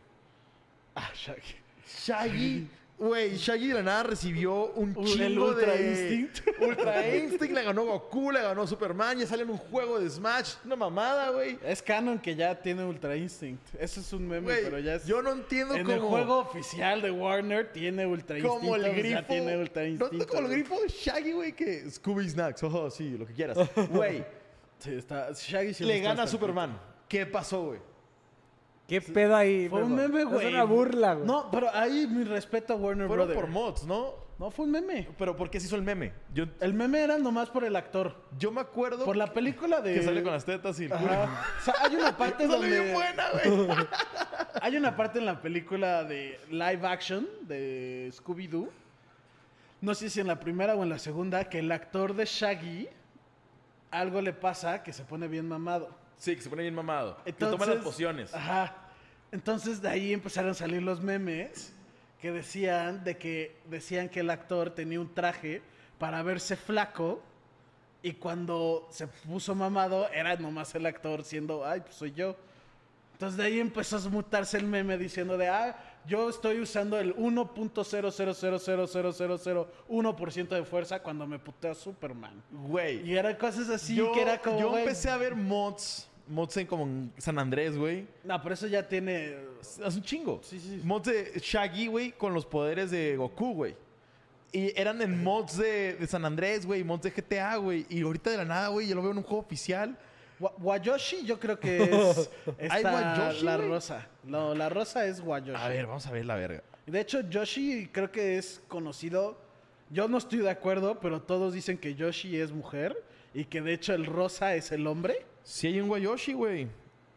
Ah, Shaggy.
Shaggy, güey, Shaggy de la nada recibió un
El
chingo
Ultra
de...
Instinct.
Ultra Instinct, le ganó Goku, le ganó Superman, ya sale en un juego de Smash, una mamada, güey.
Es canon que ya tiene Ultra Instinct. Eso es un meme,
Güey,
pero ya es...
yo no entiendo
En
cómo...
el juego oficial de Warner tiene Ultra Instinto.
Como el
pues
grifo.
Ya tiene Ultra
no
Instinto.
tanto como el
güey.
grifo de Shaggy, güey, que Scooby Snacks, ojo, sí, lo que quieras. Güey,
Sí, está, Shaggy sí
le
está
gana a
bastante.
Superman. ¿Qué pasó, güey?
¿Qué pedo ahí?
Fue un
Memo?
meme,
Es
güey.
una burla, güey.
No, pero ahí mi respeto a Warner
Fueron
Brothers.
por mods, ¿no?
No, fue un meme.
Pero ¿por qué se hizo el meme? Yo,
El meme era nomás por el actor.
yo me acuerdo
Por la película de...
que sale con las tetas y el culo.
Ajá. O sea, hay una parte
Sale bien
donde...
buena, güey.
Hay una parte en la película de live action de Scooby-Doo. No sé si en la primera o en la segunda, que el actor de Shaggy algo le pasa que se pone bien mamado.
Sí, que se pone bien mamado. Que
Entonces, ah,
toma las pociones.
Ajá. Entonces de ahí empezaron a salir los memes que decían de que decían que el actor tenía un traje para verse flaco y cuando se puso mamado era nomás el actor siendo, ay, pues soy yo. Entonces de ahí empezó a mutarse el meme diciendo de, ah, yo estoy usando el 1.000000001% de fuerza cuando me puteó Superman.
Güey.
Y eran cosas así que era como,
yo
güey,
empecé a ver mods, mods en como en San Andrés, güey.
no, pero eso ya tiene
Hace un chingo.
Sí, sí, sí.
Mods de Shaggy, güey, con los poderes de Goku, güey. Y eran en mods de, de San Andrés, güey, mods de GTA, güey. Y ahorita de la nada, güey, yo lo veo en un juego oficial.
Wa- Wayoshi yo creo que es
¿Hay
esta-
Wayoshi,
la
güey?
rosa. No, la rosa es Wayoshi.
A ver, vamos a ver la verga.
De hecho, Yoshi creo que es conocido. Yo no estoy de acuerdo, pero todos dicen que Yoshi es mujer y que de hecho el rosa es el hombre.
Si hay un Wayoshi, güey.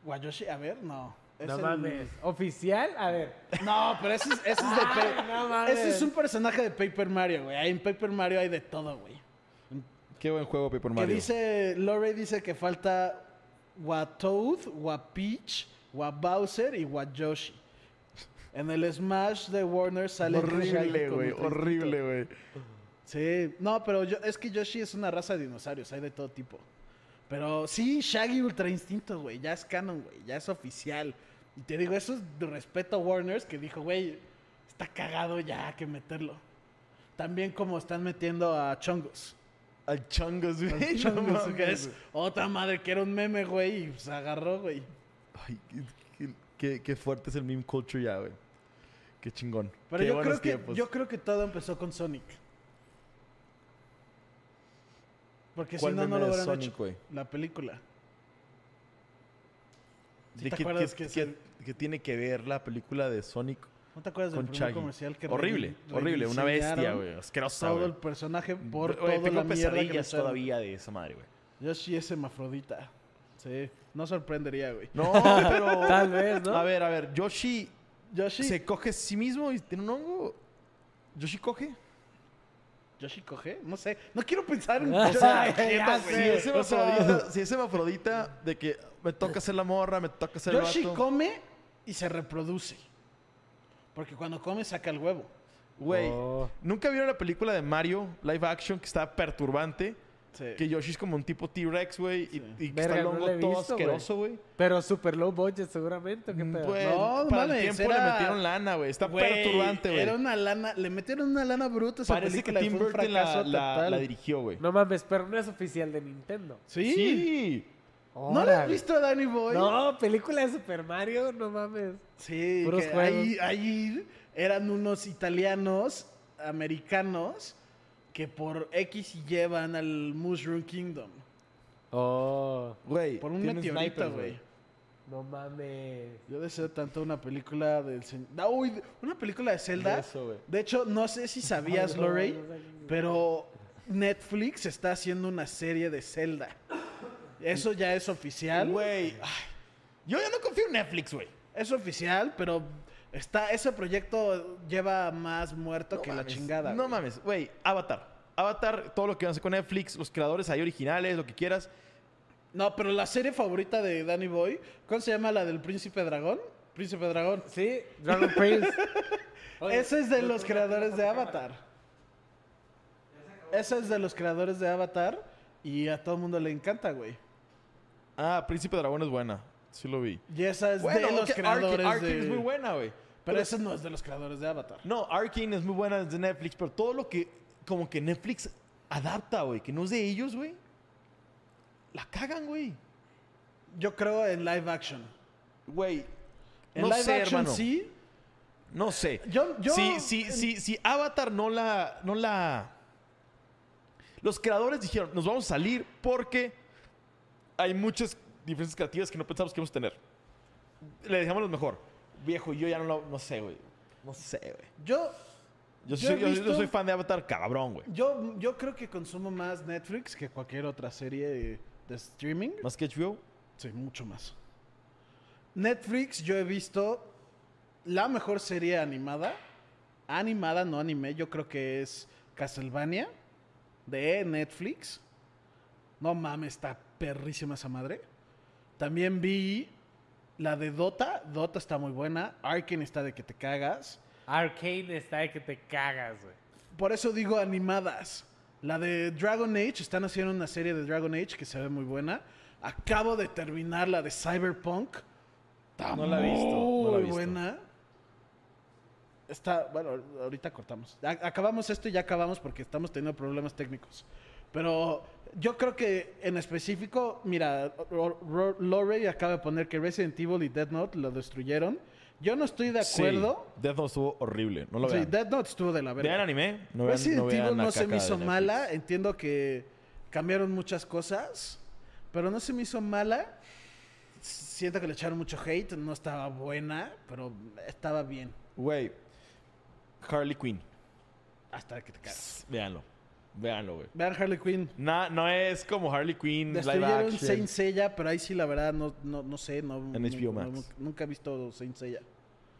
Wayoshi, a ver, no. Es
No
el-
mames. ¿Oficial? A ver.
No, pero ese es, ese es de Pa-
no mames.
Ese es un personaje de Paper Mario, güey. Ahí En Paper Mario hay de todo, güey.
Qué buen juego,
Que
Paper Mario.
dice, Lore dice que falta Watoad, Wapeach, Wabowser y Wayoshi. En el Smash de Warner sale
horrible,
Ryu con
güey.
el tricito.
Horrible, güey.
Sí, no, pero yo- es que Yoshi es una raza de dinosaurios, hay de todo tipo. Pero sí, Shaggy Ultra Instinto, güey, ya es canon, güey, ya es oficial. Y te digo, eso es de respeto a Warners que dijo, güey, está cagado ya hay que meterlo. También como están metiendo a Chongos.
Al Changos, güey.
Al
No
Chongos,
mames,
que es
güey.
otra madre que era un meme, güey, y se agarró, güey.
Ay, qué- qué, qué- qué fuerte es el meme culture ya, güey. Qué chingón.
Pero
Qué
yo
buenos
creo, que,
tiempos.
yo creo que todo empezó con Sonic. Porque si
¿Cuál
no, no
meme
lo
de
hubieran
Sonic,
hecho.
güey?
La película. ¿Sí
¿De
te
qué-
acuerdas
qué-
que es
qué-
el-
qué tiene que ver la película de Sonic
¿No te acuerdas del
con
Pues primer
Chaggy?
comercial que
horrible,
redi-
horrible, una bestia,
rediseñaron
güey, asquerosa,
Todo
güey.
el personaje Ah, por
Güey,
toda la mierda que le
pesadillas
echaron.
todavía de esa madre, güey.
Yoshi es hermafrodita. Sí, no sorprendería, güey.
No, pero
Tal vez, ¿no?
A ver, a ver, Yoshi
Yoshi,
se coge a sí mismo y tiene un hongo. Yoshi coge.
Yoshi coge, no sé, no quiero pensar en
O
Yoshi
sea,
cogiendo,
ya
güey.
Sí,
Si
sé.
es
O sea,
hermafrodita, si es hermafrodita de que me toca ser la morra, me toca ser el
Yoshi
este vato.
come y se reproduce. Porque cuando come saca el huevo.
Güey,
Oh.
¿nunca vieron la película de Mario live action que estaba perturbante?
Sí.
Que Yoshi es como un tipo T-Rex, güey, y, y que
Verga,
está el
no
hongo
la he
todo
visto, güey.
asqueroso, güey.
Pero super low budget seguramente, ¿o qué pedo?
Pues,
No, no
para el
mames,
tiempo le
era-
metieron lana, güey. Está
Güey,
perturbante, güey.
Era una lana, le metieron una lana bruta a esa
Parece que
película y
Tim
fue un
Burton la,
fracaso
la-
total.
la dirigió, güey.
No mames, pero no es oficial de Nintendo.
Sí.
Sí.
¿No la has
Órale.
visto, Danny Boy?
No, película de Super Mario, no mames.
Sí,
Puros
que
juegos.
ahí, ahí eran unos italianos, americanos, que por X y Y van al Mushroom Kingdom.
Oh,
Güey.
Por un
tiene
meteorito,
snipers,
güey.
no mames.
Yo deseo tanto una película del... sen- Ah, uy, una película de Zelda.
De eso, güey.
de hecho, no sé si sabías,
No, no,
Lorey,
no sé.
pero Netflix está haciendo una serie de Zelda. Eso ya es oficial.
Güey. ay, Yo ya no confío en Netflix, güey.
Es oficial, pero está ese proyecto lleva más muerto
No
que la
mames,
chingada.
No
güey.
mames, güey. Avatar. Avatar, todo lo que van a hacer con Netflix, los creadores ahí originales, lo que quieras.
No, pero la serie favorita de Danny Boy, ¿cómo se llama la del Príncipe Dragón? Príncipe Dragón.
Sí, Dragon Prince. Oye,
Ese es de los creadores de Avatar. Ese es de los creadores de Avatar y a todo el mundo le encanta, güey.
Ah, Príncipe Dragón es buena. Sí lo vi.
Y esa es de los
que
creadores
Arkin
de...
es muy buena, güey.
Pero esa no es de los creadores de Avatar.
No, Arkane es muy buena es de Netflix, pero todo lo que como que Netflix adapta, güey, que no es de ellos, güey, la cagan, güey.
Yo creo en live action.
Güey,
En
no
live
sé,
action
hermano.
sí.
No sé.
Yo- yo-
si, si, si, si Avatar no la, no la... Los creadores dijeron, nos vamos a salir porque hay muchas diferencias creativas que no pensamos que íbamos a tener. Le dejamos lo mejor. Viejo, yo ya no lo... No sé, güey. No sé, güey.
Yo, Yo
Yo,
he
soy, yo- yo
visto-
soy fan de Avatar, cabrón, güey.
yo, yo creo que consumo más Netflix que cualquier otra serie de- de streaming.
Más que HBO.
Sí, mucho más. Netflix, yo he visto la mejor serie animada. Animada, no anime, yo creo que es Castlevania de Netflix. No mames, está perrísima esa madre. También vi la de Dota. Dota está muy buena. Arkane está de que te cagas.
Arcane está de que te cagas, güey.
Por eso digo animadas. La de Dragon Age, están haciendo una serie de Dragon Age que se ve muy buena. Acabo de terminar la de Cyberpunk. Está
No la he visto, no la
muy
he visto.
buena. Está, bueno, ahorita cortamos. A- acabamos esto y ya acabamos porque estamos teniendo problemas técnicos. Pero yo creo que en específico, mira, Ro- Ro- Lorey acaba de poner que Resident Evil y Dead Note lo destruyeron. Yo no estoy de acuerdo.
Sí, Death Note estuvo horrible. No lo
Sí,
vean.
Death Note estuvo de la
Vean
verga.
anime. No vean,
Resident
no vean
Evil
la
Pues no se
caca
me hizo
de Netflix.
mala. eh. Entiendo que cambiaron muchas cosas, pero no se me hizo mala. Siento que le echaron mucho hate. No estaba buena, pero estaba bien.
Güey. Harley Quinn.
Hasta que te cagas.
Véanlo. Véanlo, güey.
Vean Harley Quinn.
Na- no es como Harley Quinn Mm, live
Destruyeron
action.
Saint Seiya, pero ahí sí la verdad no, no, no sé. No,
En HBO
no- no-
Max.
nunca he visto Saint Seiya.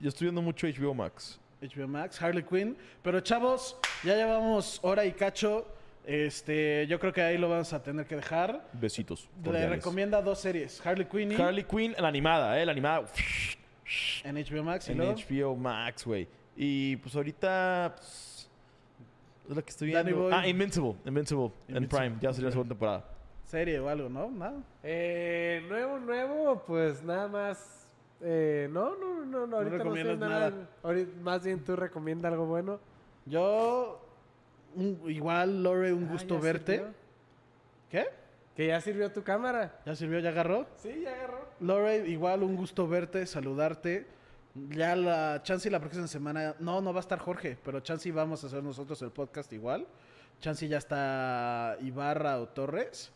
Yo estoy viendo mucho HBO Max.
HBO Max, Harley Quinn. Pero chavos, ya llevamos hora y cacho. Este, yo creo que ahí lo vamos a tener que dejar.
Besitos.
Le
cordiales.
recomienda dos series, Harley Quinn y
Harley Quinn, la animada, ¿eh? La animada.
en HBO Max y
en
luego
HBO Max, güey. Y pues ahorita. pues, es la que estoy
Danny
viendo.
Boy.
Ah, Invincible. Invincible. En
Invincible.
Prime. Ya salió la segunda temporada.
serie o algo, ¿no? Nada.
Eh, nuevo, nuevo, pues nada más. eh, no, no, no, no, ahorita no, sé
recomiendas
nada.
nada.
Ahorita- más bien tú recomienda algo bueno.
Yo un- igual Lore, un
Ah,
gusto
ya
verte.
sirvió.
¿Qué?
Que ya sirvió tu cámara.
¿Ya sirvió? ¿Ya agarró?
Sí, ya agarró.
Lore, igual un gusto verte, saludarte. Ya la chance y la próxima semana, no, no va a estar Jorge, pero chance y vamos a hacer nosotros el podcast igual. Chance y ya está Ibarra o Torres.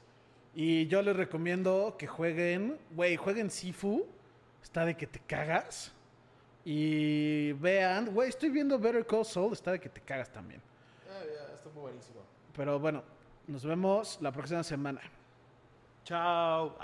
Y yo les recomiendo que jueguen, güey, jueguen Sifu, está de que te cagas. Y vean, güey, estoy viendo Better Call Saul, está de que te cagas también.
Ah, está muy buenísimo.
Pero bueno, nos vemos la próxima semana.
Chao.